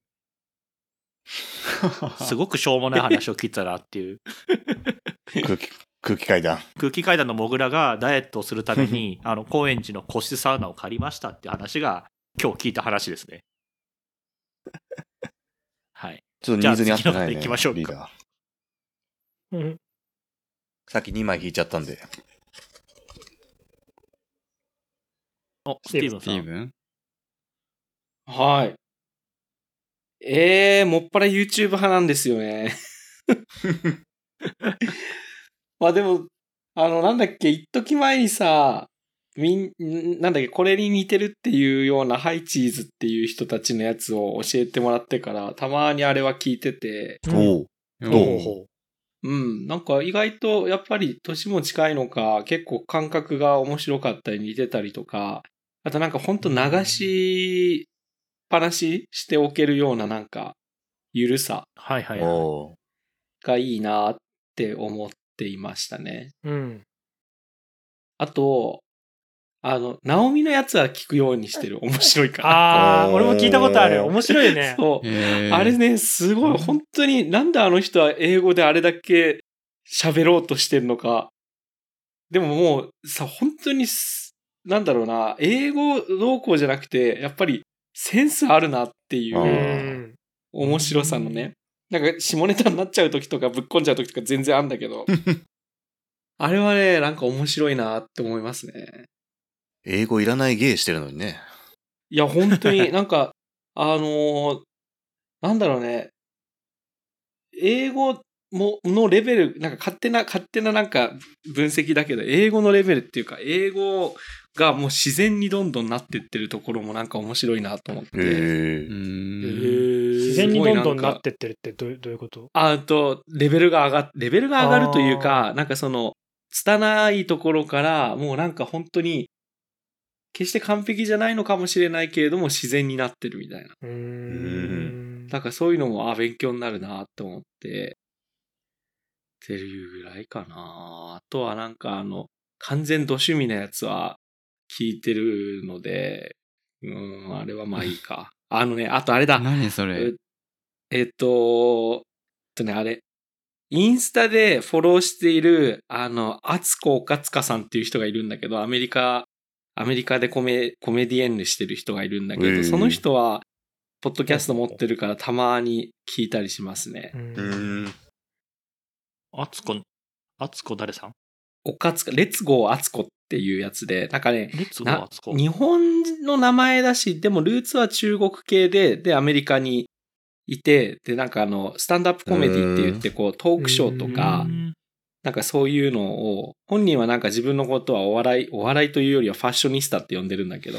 [SPEAKER 1] すごくしょうもない話を聞いたなっていう。
[SPEAKER 2] 空気、空気階段。
[SPEAKER 1] 空気階段のモグラがダイエットをするため に、あの、高円寺の個室サウナを借りましたっていう話が、今日聞いた話ですね。はい。
[SPEAKER 2] ちょっとニーズに合ってないね。
[SPEAKER 1] じゃあ次の方行きましょうか
[SPEAKER 2] リーダー
[SPEAKER 4] うん
[SPEAKER 2] さっき2枚引いちゃったんで。
[SPEAKER 1] お、スティーブン
[SPEAKER 5] ス
[SPEAKER 1] さ
[SPEAKER 5] ティー
[SPEAKER 1] ん。
[SPEAKER 5] ブン
[SPEAKER 3] はい。えー、もっぱら YouTube 派なんですよね。まあでも、あの、なんだっけ、一時前にさ、みん、んなんだっけ、これに似てるっていうようなハイチーズっていう人たちのやつを教えてもらってから、たまにあれは聞いてて、
[SPEAKER 2] おう
[SPEAKER 5] ど
[SPEAKER 2] どう
[SPEAKER 1] お
[SPEAKER 3] うん、なんか意外とやっぱり年も近いのか、結構感覚が面白かったり似てたりとか、あとなんかほんと流しっぱなししておけるようななんか、ゆるさ
[SPEAKER 1] はいはいはい。
[SPEAKER 2] おう
[SPEAKER 3] がいいなって思っていましたね。
[SPEAKER 4] うん。
[SPEAKER 3] あと、あの、ナオミのやつは聞くようにしてる。面白いから。
[SPEAKER 4] あー、
[SPEAKER 2] おー
[SPEAKER 4] 俺も聞いたことある。面白いね。
[SPEAKER 3] そう。
[SPEAKER 5] へー
[SPEAKER 3] あれね、すごい、本当に、なんであの人は英語であれだけ喋ろうとしてるのか。でももう、さ、本当にす、なんだろうな、英語動向じゃなくて、やっぱりセンスあるなってい
[SPEAKER 2] あ
[SPEAKER 4] う。
[SPEAKER 2] ー
[SPEAKER 3] うん面白さのね。なんか、下ネタになっちゃう時とか、ぶっこんじゃう時とか全然あんだけど。あれはね、なんか面白いなって思いますね。
[SPEAKER 2] 英語いらない芸してるのにね。
[SPEAKER 3] いや、本当になんか、あのーなんだろうね。英語ものレベル、なんか勝手な、勝手ななんか分析だけど、英語のレベルっていうか、英語がもう自然にどんどんなってってるところもなんか面白いなと思って。
[SPEAKER 5] う
[SPEAKER 2] へえ。
[SPEAKER 1] へ
[SPEAKER 5] ーん。
[SPEAKER 1] ー
[SPEAKER 4] 自然にどんどんなってってるってどうどういうこと
[SPEAKER 3] ああと、レベルが上がっ、レベルが上がるというか、なんかその、拙いところから、もうなんか本当に、決して完璧じゃないのかもしれないけれども、自然になってるみたいな。
[SPEAKER 4] うーん。
[SPEAKER 3] なんかそういうのも、あ、勉強になるなって思って、っていうぐらいかな。あとはなんかあの、完全ド趣味なやつは聞いてるので、うーん、あれはまあいいか。あのね、あとあれだ。
[SPEAKER 5] 何それ
[SPEAKER 3] ええっと、えっとね、あれ。インスタでフォローしている、あの、アツコ・オカツカさんっていう人がいるんだけど、アメリカ、アメリカでコメコメディエンヌしてる人がいるんだけど、
[SPEAKER 2] ええ
[SPEAKER 3] その人は、ポッドキャスト持ってるからたまに聞いたりしますね。
[SPEAKER 4] うん
[SPEAKER 1] あつこ、あつこ誰さん
[SPEAKER 3] オカツカ、レッツゴー・アツコっていうやつで、なんかね、
[SPEAKER 1] レッツゴー
[SPEAKER 3] な
[SPEAKER 1] あつこ。
[SPEAKER 3] 日本の名前だし、でもルーツは中国系で、で、アメリカにいて、で、なんかあの、スタンダップコメディって言って、こう、トークショーとか
[SPEAKER 1] う、ん
[SPEAKER 3] なんかそういうのを、本人はなんか自分のことはお笑い、お笑いというよりはファッショニスタって呼んでるんだけど、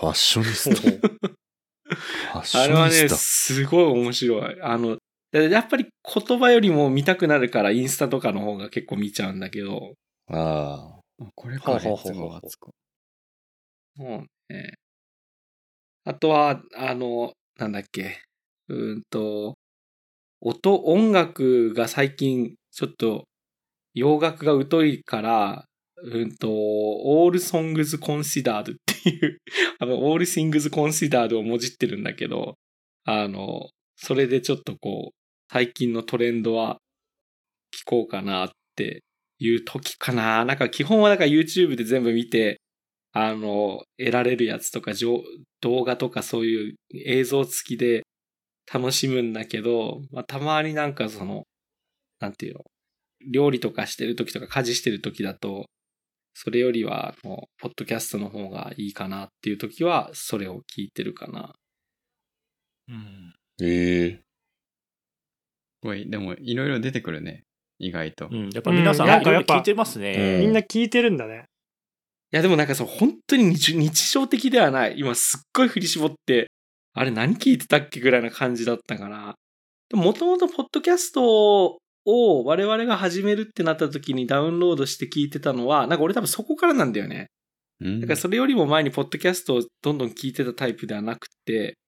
[SPEAKER 2] ファッショニスタ。ファッシ
[SPEAKER 3] あれは
[SPEAKER 2] ョ
[SPEAKER 3] ね、
[SPEAKER 2] ニス
[SPEAKER 3] すごい面白い。あの、だやっぱり言葉よりも見たくなるからインスタとかの方が結構見ちゃうんだけど、
[SPEAKER 2] タ。あ
[SPEAKER 5] あこれか、レ
[SPEAKER 1] ほう
[SPEAKER 5] ッ
[SPEAKER 1] ほうほ
[SPEAKER 5] ツ
[SPEAKER 1] うほう
[SPEAKER 5] ゴーアツコ
[SPEAKER 3] もうね。あとは、あの、なんだっけ。うーんと、音、音楽が最近、ちょっと、洋楽が疎いから、うーんと、All Songs Considered っていう、 あの、All Things Considered をもじってるんだけど、あの、それでちょっとこう、最近のトレンドは聞こうかなっていう時かな。なんか基本はなんか YouTube で全部見て、あの、得られるやつとか、じょ動画とかそういう映像付きで楽しむんだけど、まあ、たまになんかその、なんていうの、料理とかしてる時とか家事してる時だと、それよりは、あのポッドキャストの方がいいかなっていう時は、それを聞いてるかな。
[SPEAKER 1] うん
[SPEAKER 2] あ。へえ。
[SPEAKER 5] すごい、でも、いろいろ出てくるね。意外と
[SPEAKER 1] う。ん、やっぱ皆さん、
[SPEAKER 4] うん
[SPEAKER 1] な
[SPEAKER 4] なんん
[SPEAKER 1] か
[SPEAKER 4] かやっぱ
[SPEAKER 1] 聞いてますね。
[SPEAKER 4] みんな聞いてるんだね。
[SPEAKER 3] いや、でもなんかその本当に日日常的ではない。今すっごい振り絞って、あれ何聞いてたっけぐらいな感じだったから。でもともとポッドキャストを我々が始めるってなった時にダウンロードして聞いてたのは、なんか俺多分そこからなんだよね。
[SPEAKER 5] うん
[SPEAKER 3] だからそれよりも前にポッドキャストをどんどん聞いてたタイプではなくて、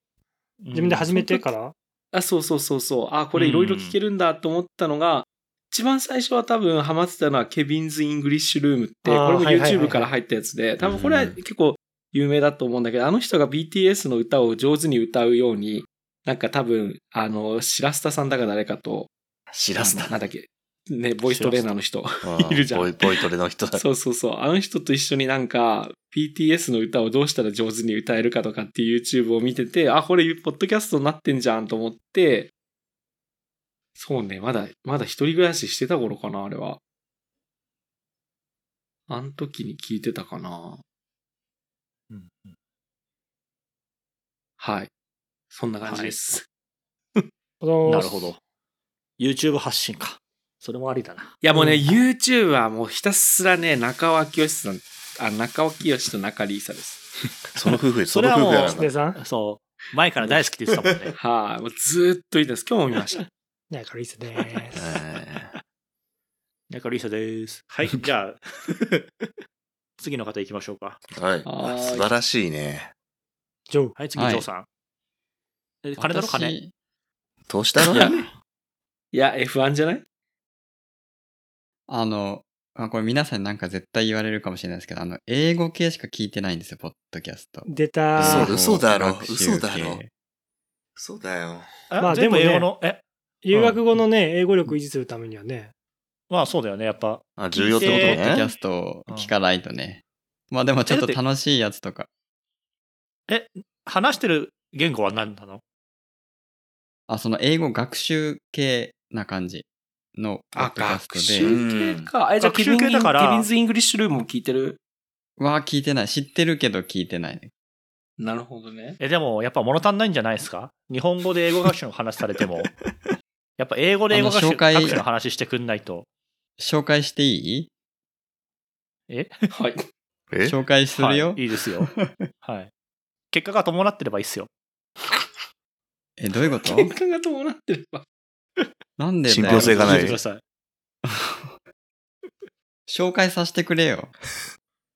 [SPEAKER 1] 自
[SPEAKER 4] 自分で始めてから
[SPEAKER 3] あ、そうそうそうそう。あ、これいろいろ聞けるんだと思ったのが、一番最初は多分ハマってたのはケビンズ・イングリッシュルームって、
[SPEAKER 4] あー
[SPEAKER 3] これも
[SPEAKER 4] はいはいはいはい
[SPEAKER 3] YouTube から入ったやつで、多分これは結構有名だと思うんだけど、あの人が BTS の歌を上手に歌うように、なんか多分、あの、白スタさんだか誰かと、
[SPEAKER 2] 知らす
[SPEAKER 3] なんだっけ、ね、ボイストレーナーの人。 いるじゃん
[SPEAKER 2] ボイボイトレの人だ。
[SPEAKER 3] そうそうそう。あの人と一緒になんか、BTS の歌をどうしたら上手に歌えるかとかっていう YouTube を見てて、あ、これ、ポッドキャストになってんじゃんと思って、そうね、まだ、まだ一人暮らししてた頃かな、あれは。あの時に聞いてたかな。
[SPEAKER 1] うん
[SPEAKER 3] はい。そんな感じです。
[SPEAKER 4] この
[SPEAKER 1] なるほど。YouTube 発信か。それもありだ な。
[SPEAKER 3] いやもうね、YouTube はもうひたすらね、中尾明義さん、あ、中尾清と中里依紗で す。。
[SPEAKER 6] その夫婦、
[SPEAKER 1] そ
[SPEAKER 6] そ
[SPEAKER 1] れ
[SPEAKER 6] の
[SPEAKER 1] はも
[SPEAKER 6] 夫
[SPEAKER 1] う
[SPEAKER 6] 婦やなん
[SPEAKER 4] ステ
[SPEAKER 6] か。
[SPEAKER 4] さん
[SPEAKER 1] そう。前から大好きって言ってたも んね
[SPEAKER 3] はい、もうずーっといいです。今日も見ま した。
[SPEAKER 4] なんかリスです。
[SPEAKER 6] え
[SPEAKER 1] だから、リサです。 はい、じゃあ、 次の方行きましょうか。
[SPEAKER 6] ーはい。
[SPEAKER 3] は
[SPEAKER 6] あ
[SPEAKER 3] い
[SPEAKER 6] 素晴らしいね。
[SPEAKER 4] ジョー。
[SPEAKER 1] はい、次、
[SPEAKER 5] はい
[SPEAKER 1] ジョーさん。え金だろ、金。
[SPEAKER 5] 私
[SPEAKER 6] どうしたの
[SPEAKER 3] いやいや、F1 じゃない
[SPEAKER 5] あの、あこれ皆さんなんか絶対言われるかもしれないですけど、あの、英語系しか聞いてないんですよ、ポッドキャスト。
[SPEAKER 4] 出た
[SPEAKER 6] そう
[SPEAKER 5] 英語
[SPEAKER 6] 嘘だろ
[SPEAKER 5] 学習
[SPEAKER 6] 嘘だろ
[SPEAKER 5] 系
[SPEAKER 6] そうだよ。
[SPEAKER 1] あ
[SPEAKER 4] まあ
[SPEAKER 1] 全部
[SPEAKER 4] でもね
[SPEAKER 1] 英語の、え、
[SPEAKER 4] 留学後のね、英語力維持するためにはね、
[SPEAKER 1] まあそうだよね、やっぱ。
[SPEAKER 6] あ、重要ってこ
[SPEAKER 5] ポ
[SPEAKER 6] と
[SPEAKER 5] ッドキ
[SPEAKER 6] ね
[SPEAKER 5] ャ。ストを聞かないとね。まあでもちょっと楽しいやつとか。
[SPEAKER 1] 話してる言語は何なの
[SPEAKER 5] あ、その英語学習系な感じのポッドキャスト
[SPEAKER 3] 学
[SPEAKER 5] で。
[SPEAKER 3] 習系か。え、じゃあ、
[SPEAKER 1] 学
[SPEAKER 3] ケ
[SPEAKER 1] 習
[SPEAKER 3] ビン
[SPEAKER 1] 系だから
[SPEAKER 3] ケビンズ・イングリッシュルームも聞いてる。
[SPEAKER 5] わあ、聞いてない。知ってるけど聞いてない。
[SPEAKER 3] なるほどね。
[SPEAKER 1] え、でもやっぱ物足んないんじゃないですか日本語で英語学習の話されても。やっぱ英語で英語学習
[SPEAKER 5] あの紹介
[SPEAKER 1] 学習の話してくんないと。
[SPEAKER 5] 紹介してい
[SPEAKER 3] はい。
[SPEAKER 5] い
[SPEAKER 6] え
[SPEAKER 5] 紹介するよ、
[SPEAKER 1] はい、いいですよ。はい。結果が伴ってればいいっすよ。
[SPEAKER 5] え、どういう こと
[SPEAKER 3] 喧嘩が伴ってれば。
[SPEAKER 5] なんでだよ
[SPEAKER 6] 信憑性がな
[SPEAKER 1] 教えて
[SPEAKER 6] い
[SPEAKER 1] ください。
[SPEAKER 5] 紹介させてくれよ。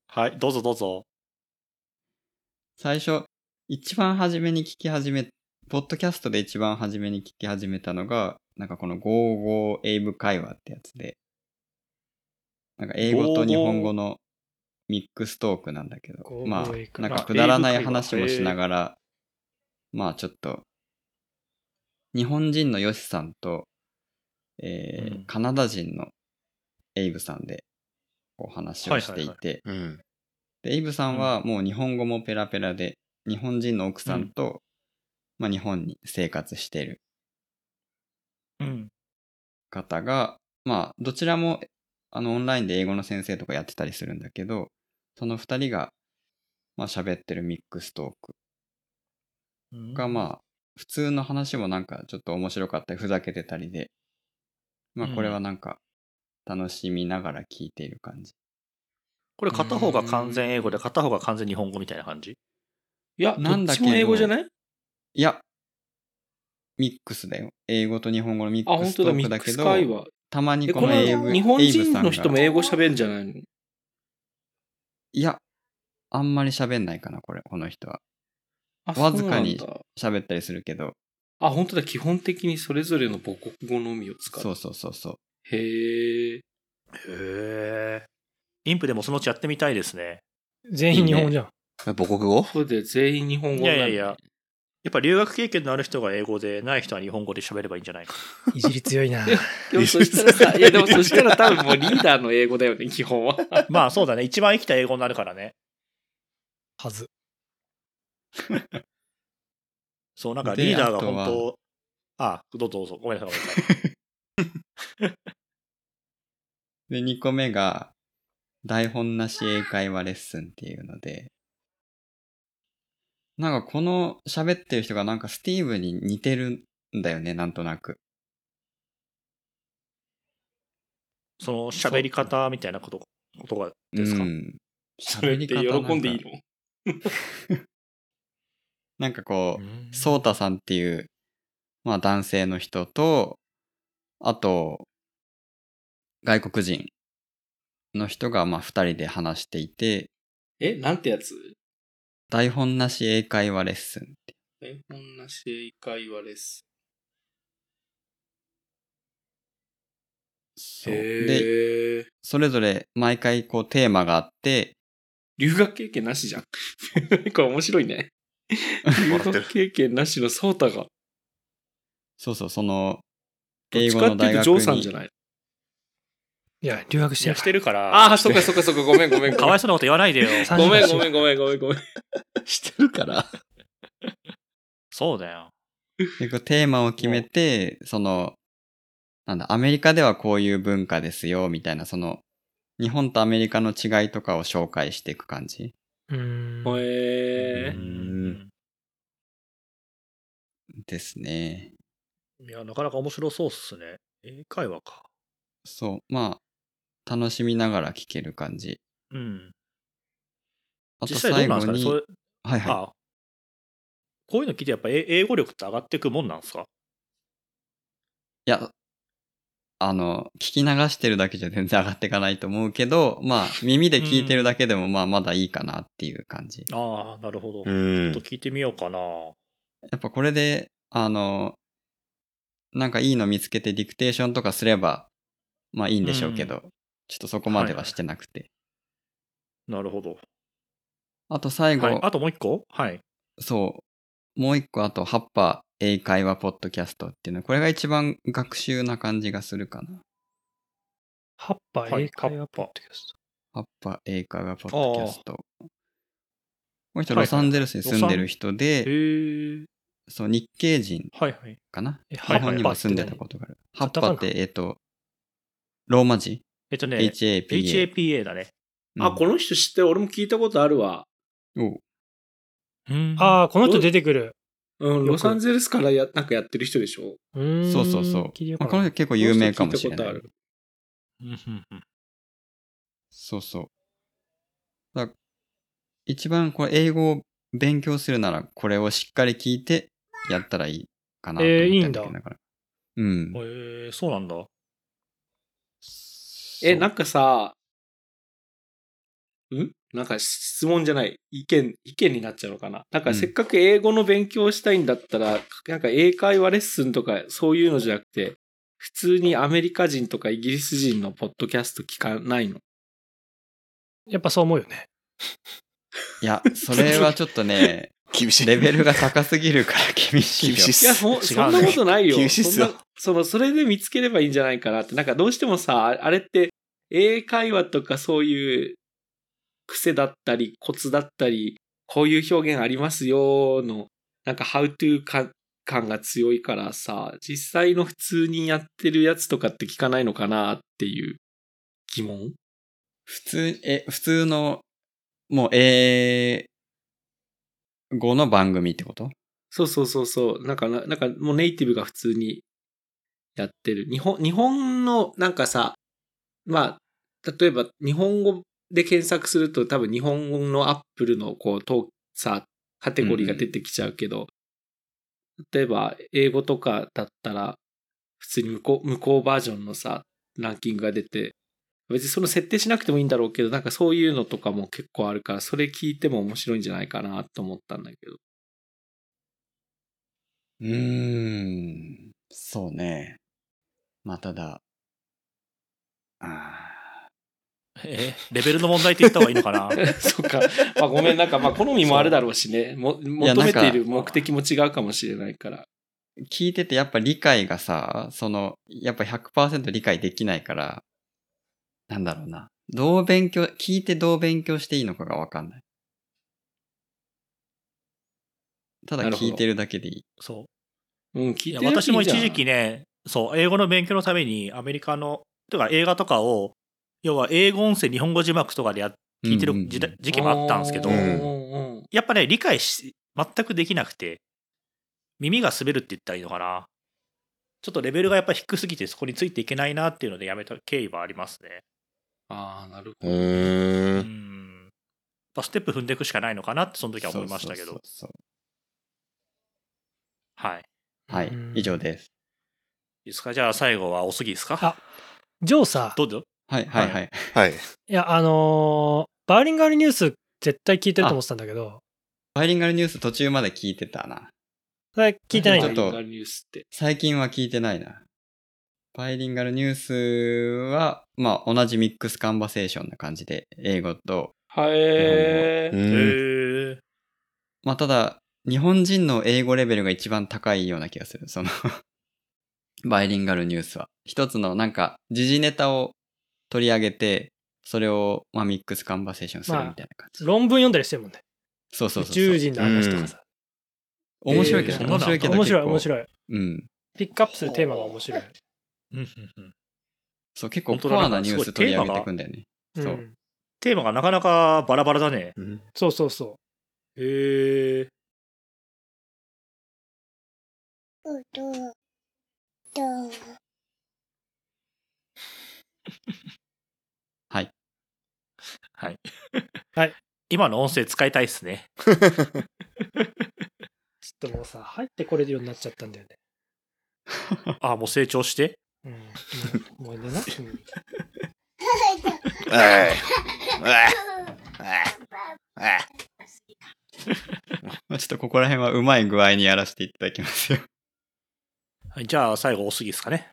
[SPEAKER 1] はい、どうぞどうぞ。
[SPEAKER 5] 最初、一番初めに聞き始め、ポッドキャストで一番初めに聞き始めたのが、なんかこの55英語会話ってやつで、なんか英語と日本語のミックストークなんだけ
[SPEAKER 4] 55
[SPEAKER 5] ど、ま
[SPEAKER 4] 英語
[SPEAKER 5] あ、な
[SPEAKER 4] 会話
[SPEAKER 5] んかくだらない話もしながら、まあちょっと、日本人のヨシさんと、えー
[SPEAKER 1] うん
[SPEAKER 5] カナダ人のエイブさんで、こう話をしていて、
[SPEAKER 1] はい
[SPEAKER 6] うん。
[SPEAKER 5] で、エイブさんはもう日本語もペラペラで、日本人の奥さんと、まあ日本に生活している
[SPEAKER 1] うん。
[SPEAKER 5] 方が、まあどちらもあのオンラインで英語の先生とかやってたりするんだけど、その二人が、まあ喋ってるミックストークが、まあ普通の話もなんかちょっと面白かったり、ふざけてたりで、まあこれはなんか楽しみながら聞いている感じ。
[SPEAKER 1] これ片方が完全英語で片方が完全日本語みたいな感じ
[SPEAKER 3] いや、
[SPEAKER 5] な
[SPEAKER 3] なんん
[SPEAKER 5] だ
[SPEAKER 3] だ
[SPEAKER 5] けど
[SPEAKER 3] も英語じゃない
[SPEAKER 5] いや、ミックスだよ。英語と日本語のミ
[SPEAKER 3] あ、
[SPEAKER 5] ック
[SPEAKER 3] 本
[SPEAKER 5] スト
[SPEAKER 3] 当だ、
[SPEAKER 5] ー
[SPEAKER 3] ミ
[SPEAKER 5] クだ
[SPEAKER 3] ック
[SPEAKER 5] け
[SPEAKER 3] ス
[SPEAKER 5] ど、
[SPEAKER 3] 会話。
[SPEAKER 5] たま
[SPEAKER 3] え、
[SPEAKER 5] にこ
[SPEAKER 3] こ
[SPEAKER 5] の
[SPEAKER 3] の
[SPEAKER 5] 英語
[SPEAKER 3] 日本
[SPEAKER 5] エイブさ
[SPEAKER 3] 人
[SPEAKER 5] ん
[SPEAKER 3] の
[SPEAKER 5] が
[SPEAKER 3] 人も英語喋んじゃないの
[SPEAKER 5] いや、あんまり喋んないかな、これ、この人は。
[SPEAKER 3] あ
[SPEAKER 5] わずかに
[SPEAKER 3] そうなんだ
[SPEAKER 5] 喋ったりするけど、
[SPEAKER 3] あ、本当だ、基本的にそれぞれの母国語のみを使う。
[SPEAKER 5] そうそうそうそう。
[SPEAKER 3] へえ。
[SPEAKER 1] へえ。インプでもそのうちやってみたいですね。
[SPEAKER 4] 全員日本語じゃん。
[SPEAKER 6] 母国語
[SPEAKER 3] これで全員日本
[SPEAKER 1] い
[SPEAKER 3] 語な
[SPEAKER 1] や
[SPEAKER 3] ん
[SPEAKER 1] いやい
[SPEAKER 3] だ
[SPEAKER 1] や。やっぱ留学経験のある人が英語で、ない人は日本語で喋ればいいんじゃないか。
[SPEAKER 4] いじり強いな。
[SPEAKER 3] でもそしたらさ、いやでもそしたら多分もうリーダーの英語だよね、基本 は。
[SPEAKER 1] まあそうだね。一番生きた英語になるからね。
[SPEAKER 4] はず。
[SPEAKER 1] そう、なんか
[SPEAKER 5] で
[SPEAKER 1] リーダーが
[SPEAKER 5] あとは
[SPEAKER 1] 本当、あどうぞどうぞ。ごめんなさい、ごめんなさい。
[SPEAKER 5] で、2個目が、台本なし英会話レッスンっていうので、なんかこの喋ってる人がなんかスティーブに似てるんだよね、なんとなく。
[SPEAKER 1] その喋り方みたいなこと、ことがですか、
[SPEAKER 5] うん。
[SPEAKER 3] それ って
[SPEAKER 5] なんか
[SPEAKER 3] 喜んでいいの
[SPEAKER 5] なんかこう、
[SPEAKER 1] うん
[SPEAKER 5] ソータさんっていう、まあ男性の人と、あと、外国人の人がまあ二人で話していて、
[SPEAKER 3] え、なんてやつ
[SPEAKER 5] 台本なし英会話レッスンって。
[SPEAKER 3] 台本なし英会話レッス
[SPEAKER 5] そ
[SPEAKER 3] ン。
[SPEAKER 5] うで、
[SPEAKER 3] へえ。
[SPEAKER 5] それぞれ毎回こうテーマがあって、
[SPEAKER 3] 留学経験なしじゃん。 これ面白いね。留
[SPEAKER 6] 笑ってる
[SPEAKER 3] 学経験なしのソータが。
[SPEAKER 5] そうそう、その、
[SPEAKER 3] どっ
[SPEAKER 5] 英
[SPEAKER 3] ち
[SPEAKER 5] 語
[SPEAKER 3] か
[SPEAKER 5] の
[SPEAKER 3] ってい
[SPEAKER 5] 大
[SPEAKER 3] うと
[SPEAKER 5] 学
[SPEAKER 3] ジョーさんじゃ
[SPEAKER 5] に、
[SPEAKER 3] ない
[SPEAKER 4] いや、留学し
[SPEAKER 1] い
[SPEAKER 4] て
[SPEAKER 1] や
[SPEAKER 4] る
[SPEAKER 1] してるから。
[SPEAKER 3] ああ、そっかそっかそっか。ごめんごめん
[SPEAKER 1] か
[SPEAKER 3] ごめ
[SPEAKER 1] わ
[SPEAKER 3] ん
[SPEAKER 1] い。そうなこと言わないでよ。
[SPEAKER 4] さ
[SPEAKER 3] ごめんごめんごめんごめんごめん。
[SPEAKER 6] してるから。
[SPEAKER 1] そうだよ。
[SPEAKER 5] でこうテーマを決めて、その、なんだ、アメリカではこういう文化ですよ、みたいな、その、日本とアメリカの違いとかを紹介していく感じ。
[SPEAKER 4] うーん。
[SPEAKER 3] へえ。
[SPEAKER 1] うん
[SPEAKER 5] ですね。
[SPEAKER 1] いや、なかなか面白そうっすね。英会話か。
[SPEAKER 5] そう、まあ、楽しみながら聴ける感じ。
[SPEAKER 1] うん。
[SPEAKER 5] あと
[SPEAKER 1] 実際どう
[SPEAKER 5] 最
[SPEAKER 1] なん
[SPEAKER 5] 後
[SPEAKER 1] ですかね
[SPEAKER 5] に、
[SPEAKER 1] それ
[SPEAKER 5] はいはい。
[SPEAKER 1] あこういうの聞いてやっぱ英英語力って上がっていくもんなんですか
[SPEAKER 5] いや、あの、聞き流してるだけじゃ全然上がっていかないと思うけど、まあ、耳で聞いてるだけでも、まあ、まだいいかなっていう感じ。
[SPEAKER 1] ああ、なるほど。ちょ
[SPEAKER 6] ん
[SPEAKER 1] っと聞いてみようかな。
[SPEAKER 5] やっぱこれで、あの、なんかいいの見つけてディクテーションとかすれば、まあいいんでしょうけど、ちょっとそこまではしてなくて。
[SPEAKER 1] なるほど。
[SPEAKER 5] あと最後、
[SPEAKER 1] はい、あともう一個はい。
[SPEAKER 5] そう、もう一個あと、ハッパー英会話ポッドキャストっていうの、これが一番学習な感じがするかな。
[SPEAKER 4] ハッパ
[SPEAKER 1] はい
[SPEAKER 4] 英会話ポッドキャスト。
[SPEAKER 5] ハッパ英会話ポッドキャスト。この人、
[SPEAKER 1] はいは
[SPEAKER 5] ロ
[SPEAKER 1] い
[SPEAKER 5] サンゼルスに住んでる人で、
[SPEAKER 1] へえ。
[SPEAKER 5] そう、日系人
[SPEAKER 1] はいはい。
[SPEAKER 5] かな。
[SPEAKER 4] え、
[SPEAKER 5] 日本にも住んでたことがある。ハッパって、えっと、ローマ字
[SPEAKER 1] えっとね、
[SPEAKER 5] ?HAPA。
[SPEAKER 1] HAPA だね。
[SPEAKER 5] うん
[SPEAKER 3] あ、この人知ってる俺も聞いたことあるわ。
[SPEAKER 5] おう
[SPEAKER 1] うん
[SPEAKER 4] ああ、この人出てくる。
[SPEAKER 3] うん、
[SPEAKER 4] よく
[SPEAKER 3] ロサンゼルスからや、なんかやってる人でしょ。
[SPEAKER 4] うーん
[SPEAKER 5] そうそうそう。
[SPEAKER 4] 聞いてよう
[SPEAKER 5] まあ
[SPEAKER 4] か
[SPEAKER 5] この
[SPEAKER 4] な
[SPEAKER 5] 人結構有名かもしれ
[SPEAKER 3] この人聞いたこと
[SPEAKER 5] な
[SPEAKER 3] あ
[SPEAKER 5] い
[SPEAKER 3] る。
[SPEAKER 1] うんうんうん
[SPEAKER 5] そうそう。だ一番これ英語を勉強するならこれをしっかり聞いてやったらいいかなと思
[SPEAKER 4] えー
[SPEAKER 5] って
[SPEAKER 4] いい
[SPEAKER 5] る
[SPEAKER 4] ん
[SPEAKER 5] だ
[SPEAKER 4] だ
[SPEAKER 5] けだから。うん。
[SPEAKER 1] へえ、そうなんだ。
[SPEAKER 5] そう
[SPEAKER 3] え、なんかさ、んなんか質問じゃない。意見、意見になっちゃうのかな。なん
[SPEAKER 5] う
[SPEAKER 3] か
[SPEAKER 5] ん
[SPEAKER 3] せっかく英語の勉強をしたいんだったら、なんか英会話レッスンとかそういうのじゃなくて、普通にアメリカ人とかイギリス人のポッドキャスト聞かないの。
[SPEAKER 4] やっぱそう思うよね。、
[SPEAKER 5] いや、それはちょっとね、
[SPEAKER 6] 厳しい。
[SPEAKER 5] レベルが高すぎるから厳しいよ。
[SPEAKER 6] 厳しいっ
[SPEAKER 3] いや、
[SPEAKER 6] す。
[SPEAKER 3] そ
[SPEAKER 1] 違うね
[SPEAKER 3] そんなことないよ。
[SPEAKER 6] 厳しいっす
[SPEAKER 3] そ
[SPEAKER 6] よ
[SPEAKER 3] んな、その、それで見つければいいんじゃないかなって。なんかどうしてもさ、ああれって、英会話とかそういう癖だったり、コツだったり、こういう表現ありますよの、なんか how to か感が強いからさ、実際の普通にやってるやつとかって聞かないのかなっていう疑問
[SPEAKER 5] 普通、え、普通の、もう英語の番組ってこと
[SPEAKER 3] そうそうそうそう。なんかな、なんかもうネイティブが普通にやってる。日本、日本のなんかさ、まあ、例えば日本語で検索すると多分日本語のアップルのこう、とさ、カテゴリーが出てきちゃうけど、例えば英語とかだったら、普通に向こう、向こうバージョンのさ、ランキングが出て、別にその設定しなくてもいいんだろうけど、なんかそういうのとかも結構あるから、それ聞いても面白いんじゃないかなと思ったんだけど。
[SPEAKER 5] うーん、そうね。まあ、ただ、あ
[SPEAKER 1] えーレベルの問題って言った方がいいのかな
[SPEAKER 3] そっか。まあごめん、なんかまあ好みもあるだろうしね。も
[SPEAKER 5] や
[SPEAKER 3] 求めている目的も違うかもしれないから。
[SPEAKER 5] ー聞いててやっぱ理解がさ、その、やっぱ100%理解できないから、なんだろうな。どう勉強、聞いてどう勉強していいのかがわかんない。ただ
[SPEAKER 3] なるほど
[SPEAKER 5] 聞いてるだけでいい。
[SPEAKER 1] そう。
[SPEAKER 3] うん、
[SPEAKER 1] い
[SPEAKER 3] 聞い
[SPEAKER 1] や
[SPEAKER 3] てる
[SPEAKER 1] 私も一時期ね、そう、英語の勉強のためにアメリカの、とか映画とかを、要は英語音声、日本語字幕とかでやっ聞いて
[SPEAKER 5] うんうんう
[SPEAKER 1] る
[SPEAKER 5] ん
[SPEAKER 1] 時代時期もあったんですけど、
[SPEAKER 3] う
[SPEAKER 6] うん
[SPEAKER 3] ん
[SPEAKER 1] やっぱね、理解し、全くできなくて、耳が滑るって言ったらいいのかな。ちょっとレベルがやっぱ低すぎて、そこについていけないなっていうのでやめた経緯はありますね。
[SPEAKER 3] ああ、なる
[SPEAKER 6] う
[SPEAKER 3] ほど。
[SPEAKER 1] う
[SPEAKER 6] ーん。
[SPEAKER 1] ん。やっぱステップ踏んでいくしかないのかなって、その時は思いましたけ
[SPEAKER 5] そう
[SPEAKER 1] ど。
[SPEAKER 5] そうそう
[SPEAKER 1] はい。
[SPEAKER 5] そうはいう
[SPEAKER 4] ん
[SPEAKER 5] 以上です。
[SPEAKER 1] いいですかじゃあ最後はおすぎです
[SPEAKER 4] あ
[SPEAKER 1] か
[SPEAKER 4] ジョーさ、
[SPEAKER 1] どうぞ。
[SPEAKER 5] はい、はい、はい。
[SPEAKER 6] はい。
[SPEAKER 4] いや、あのーバーリンガルニュース絶対聞いてると思ってたんだけど、
[SPEAKER 5] バイリンガルニュース途中まで聞いてたな。
[SPEAKER 4] それ聞いてないん
[SPEAKER 5] ち
[SPEAKER 4] だ
[SPEAKER 5] ょっと
[SPEAKER 3] バイリンガルニュースって。
[SPEAKER 5] 最近は聞いてないな。バイリンガルニュースは、まあ、同じミックスカンバセーションな感じで、英語と、
[SPEAKER 3] は
[SPEAKER 6] う
[SPEAKER 3] え
[SPEAKER 1] へ
[SPEAKER 6] ん。
[SPEAKER 1] ー。
[SPEAKER 5] まあ、ただ、日本人の英語レベルが一番高いような気がする。その、 バイリンガルニュースは。一つの、なんか、時事ネタを取り上げて、それを、まあ、ミックスカンバセーションするみたいな感じ。
[SPEAKER 4] 論文読んだりしてるもんね。
[SPEAKER 5] そうそう
[SPEAKER 4] 宇
[SPEAKER 5] そうそう。
[SPEAKER 4] 宙人の話とかさ。
[SPEAKER 5] 面白いけど、
[SPEAKER 1] えー
[SPEAKER 5] 面白いけど。
[SPEAKER 4] 面白い、面
[SPEAKER 5] い。
[SPEAKER 4] 白い。
[SPEAKER 5] うん。
[SPEAKER 4] ピックアップするテーマが面白い。
[SPEAKER 1] うんうんうん
[SPEAKER 5] そう、結構
[SPEAKER 1] 本当
[SPEAKER 5] コ
[SPEAKER 1] だ
[SPEAKER 5] アなニュース取り上げていくんだよね。
[SPEAKER 4] う、
[SPEAKER 5] そうん
[SPEAKER 1] テーマがなかなかバラバラだね。
[SPEAKER 6] うん
[SPEAKER 4] そうそうそう。
[SPEAKER 1] へえ。
[SPEAKER 5] はい。
[SPEAKER 1] はい。
[SPEAKER 4] はい。
[SPEAKER 1] 今の音声使いたいっすね。
[SPEAKER 4] ちょっともうさ、入ってこれるようになっちゃったんだよね。
[SPEAKER 1] ああ、もう成長して。
[SPEAKER 4] うん。もうもうね
[SPEAKER 6] お
[SPEAKER 4] な。うん
[SPEAKER 6] いおいおい
[SPEAKER 5] まあ、ちょっとここら辺はうまい具合にやらせていただきま すよ。
[SPEAKER 1] はいじゃあ、最後、おすぎですか ね。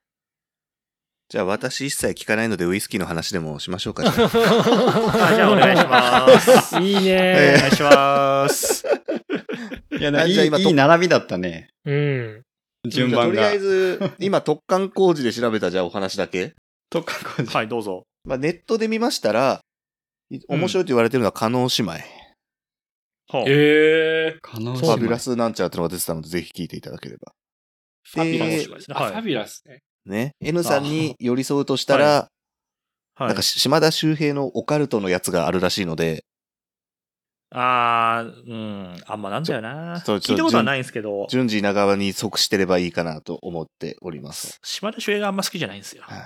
[SPEAKER 6] じゃあ私一切聞かないのでウイスキーの話でもしましょうか。じゃあ
[SPEAKER 1] あじゃあ、お願いします。
[SPEAKER 4] いい
[SPEAKER 1] お
[SPEAKER 4] ね
[SPEAKER 1] 願いし ます。
[SPEAKER 5] いや、
[SPEAKER 6] あ
[SPEAKER 5] いい
[SPEAKER 6] じゃあ今と
[SPEAKER 5] いい並びだったね。
[SPEAKER 4] うん。
[SPEAKER 5] 順番が。
[SPEAKER 6] とりあえず、今突貫工事で調べたじゃあお話だけ。
[SPEAKER 5] とかこ う
[SPEAKER 1] はい、どうぞ。
[SPEAKER 6] まあ、ネットで見ましたら、い面白いと言われてるのは加納姉妹。
[SPEAKER 1] ほう
[SPEAKER 3] ええ
[SPEAKER 5] 可能
[SPEAKER 6] フ
[SPEAKER 5] 性
[SPEAKER 6] ァビュラスなんちゃらってのが出てたので、ぜひ聞いていただければ。
[SPEAKER 1] ファビュラスですね。
[SPEAKER 3] あ
[SPEAKER 1] は
[SPEAKER 3] ファ
[SPEAKER 1] い。
[SPEAKER 3] ビュラスね。
[SPEAKER 6] ね。N さんに寄り添うとしたら、
[SPEAKER 1] は
[SPEAKER 6] なん
[SPEAKER 1] い
[SPEAKER 6] か、島田周平のオカルトのやつがあるらしいので、
[SPEAKER 1] あー、うん、あんまなんだよな。
[SPEAKER 6] そう
[SPEAKER 1] 聞
[SPEAKER 6] そう
[SPEAKER 1] いたことはないんですけど、
[SPEAKER 6] 順次稲川に即してればいいかなと思っております。
[SPEAKER 1] 島田秀平があんま好きじゃないんですよ。
[SPEAKER 6] はい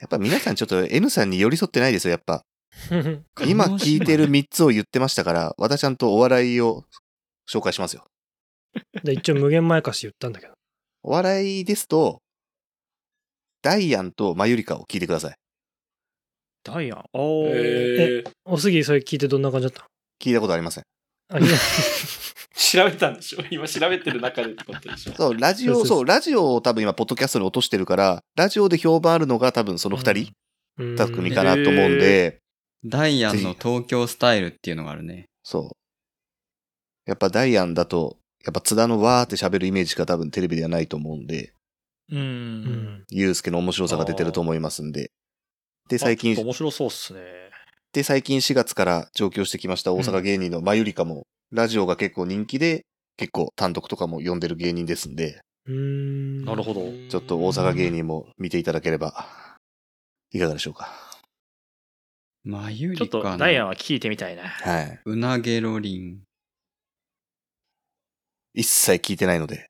[SPEAKER 6] やっぱ皆さんちょっと N さんに寄り添ってないですよ、やっぱ。
[SPEAKER 5] 可能
[SPEAKER 6] 今聞いてる3つを言ってましたから、和田ちゃんとお笑いを紹介しますよ。
[SPEAKER 4] で一応無限前貸し言ったんだけど。
[SPEAKER 6] お笑いですと、ダイアンとマユリカを聞いてください。
[SPEAKER 1] ダイアン、おー。
[SPEAKER 3] ええ
[SPEAKER 4] おすぎ、それ聞いてどんな感じだった
[SPEAKER 6] 聞いたことありません。
[SPEAKER 4] のあ、いや、
[SPEAKER 3] 調べたんでしょ 今調べてる中でってことでしょ
[SPEAKER 6] そう、ラジ
[SPEAKER 4] そう
[SPEAKER 6] オ、
[SPEAKER 4] そうそう
[SPEAKER 6] そう、ラジオを多分今、ポッドキャストに落としてるから、ラジオで評判あるのが多分その二人、
[SPEAKER 4] うん
[SPEAKER 6] 二組かなと思うんで、
[SPEAKER 5] ダイアンの東京スタイルっていうのがあるね。
[SPEAKER 6] そう。やっぱダイアンだと、やっぱ津田のわーって喋るイメージしか多分テレビではないと思うんで、
[SPEAKER 1] う。
[SPEAKER 4] うんん。
[SPEAKER 6] ユうスケの面白さが出てると思いますんで。で、最
[SPEAKER 1] あちょっと
[SPEAKER 6] 近、
[SPEAKER 1] 面白そうっすね。
[SPEAKER 6] で、最近4月から上京してきました大阪芸人のマユリカも、ラジオが結構人気で、結構単独とかも呼んでる芸人ですんで、
[SPEAKER 4] うん。
[SPEAKER 1] なるほど。
[SPEAKER 6] ちょっと大阪芸人も見ていただければ、いかがでしょうか。
[SPEAKER 5] マユ
[SPEAKER 1] ちょっ
[SPEAKER 5] リ
[SPEAKER 1] と
[SPEAKER 5] カ
[SPEAKER 1] ダイアン
[SPEAKER 5] の
[SPEAKER 1] は聞いてみたいな。
[SPEAKER 6] はい。
[SPEAKER 5] うなげろりん。
[SPEAKER 6] 一切聞いてないので、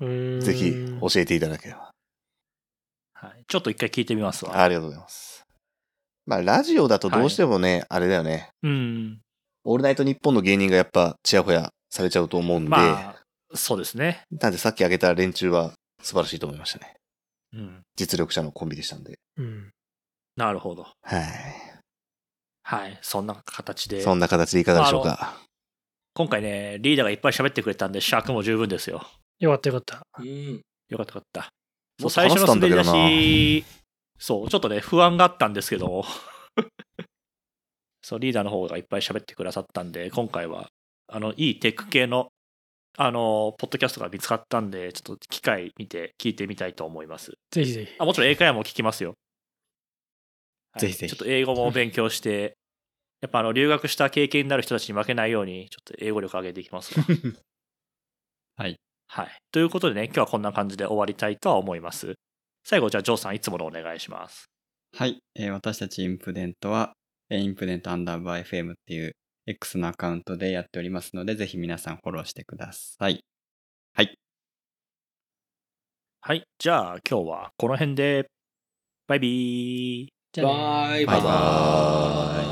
[SPEAKER 4] うん。
[SPEAKER 6] ぜひ教えていただければ。
[SPEAKER 1] はい、ちょっと一回聞いてみますわ。
[SPEAKER 6] ありがとうございます。まあ、ラジオだとどうしてもね、あれだよね。
[SPEAKER 1] うん。
[SPEAKER 6] オールナイトニッポンの芸人がやっぱ、ちやほやされちゃうと思うんで、
[SPEAKER 1] まあ、そうですね。
[SPEAKER 6] なんでさっき挙げた連中は素晴らしいと思いましたね。
[SPEAKER 1] うん。
[SPEAKER 6] 実力者のコンビでしたんで。
[SPEAKER 4] うん。
[SPEAKER 1] なるほど。
[SPEAKER 6] はい。
[SPEAKER 1] はい。そんな形で。
[SPEAKER 6] そんな形でいかがでしょうか。
[SPEAKER 1] 今回ね、リーダーがいっぱい喋ってくれたんで、尺も十分ですよ。
[SPEAKER 4] よかったよかった。
[SPEAKER 3] うん。
[SPEAKER 1] よかったよかった。
[SPEAKER 6] も
[SPEAKER 1] もう
[SPEAKER 6] っと
[SPEAKER 1] 最初
[SPEAKER 6] 話し
[SPEAKER 1] の
[SPEAKER 6] たんだ
[SPEAKER 1] 滑り出
[SPEAKER 6] けどな
[SPEAKER 1] し、そう、ちょっとね、不安があったんですけど も、そう、リーダーの方がいっぱい喋ってくださったんで、今回は、あの、いいテック系の、あの、ポッドキャストが見つかったんで、ちょっと機会見て聞いてみたいと思います。
[SPEAKER 4] ぜひぜひ。
[SPEAKER 1] あ、もちろん英会話も聞きますよ。はい
[SPEAKER 5] ぜひぜひ
[SPEAKER 1] ちょっと英語も勉強して、やっぱあの、留学した経験になる人たちに負けないように、ちょっと英語力上げていきますわ
[SPEAKER 5] はい。
[SPEAKER 1] はい。ということでね、今日はこんな感じで終わりたいとは思います。最後、じゃあ、ジョーさん、いつものお願いします。
[SPEAKER 5] はい、えー私たちインプデントは、えーインプデントアンダーバー FM っていう X のアカウントでやっておりますので、ぜひ皆さんフォローしてください。
[SPEAKER 1] はい。じゃあ、今日はこの辺で、バイビー。
[SPEAKER 4] じゃあね
[SPEAKER 3] バ
[SPEAKER 6] バイ
[SPEAKER 3] イバイ。
[SPEAKER 6] バーイ。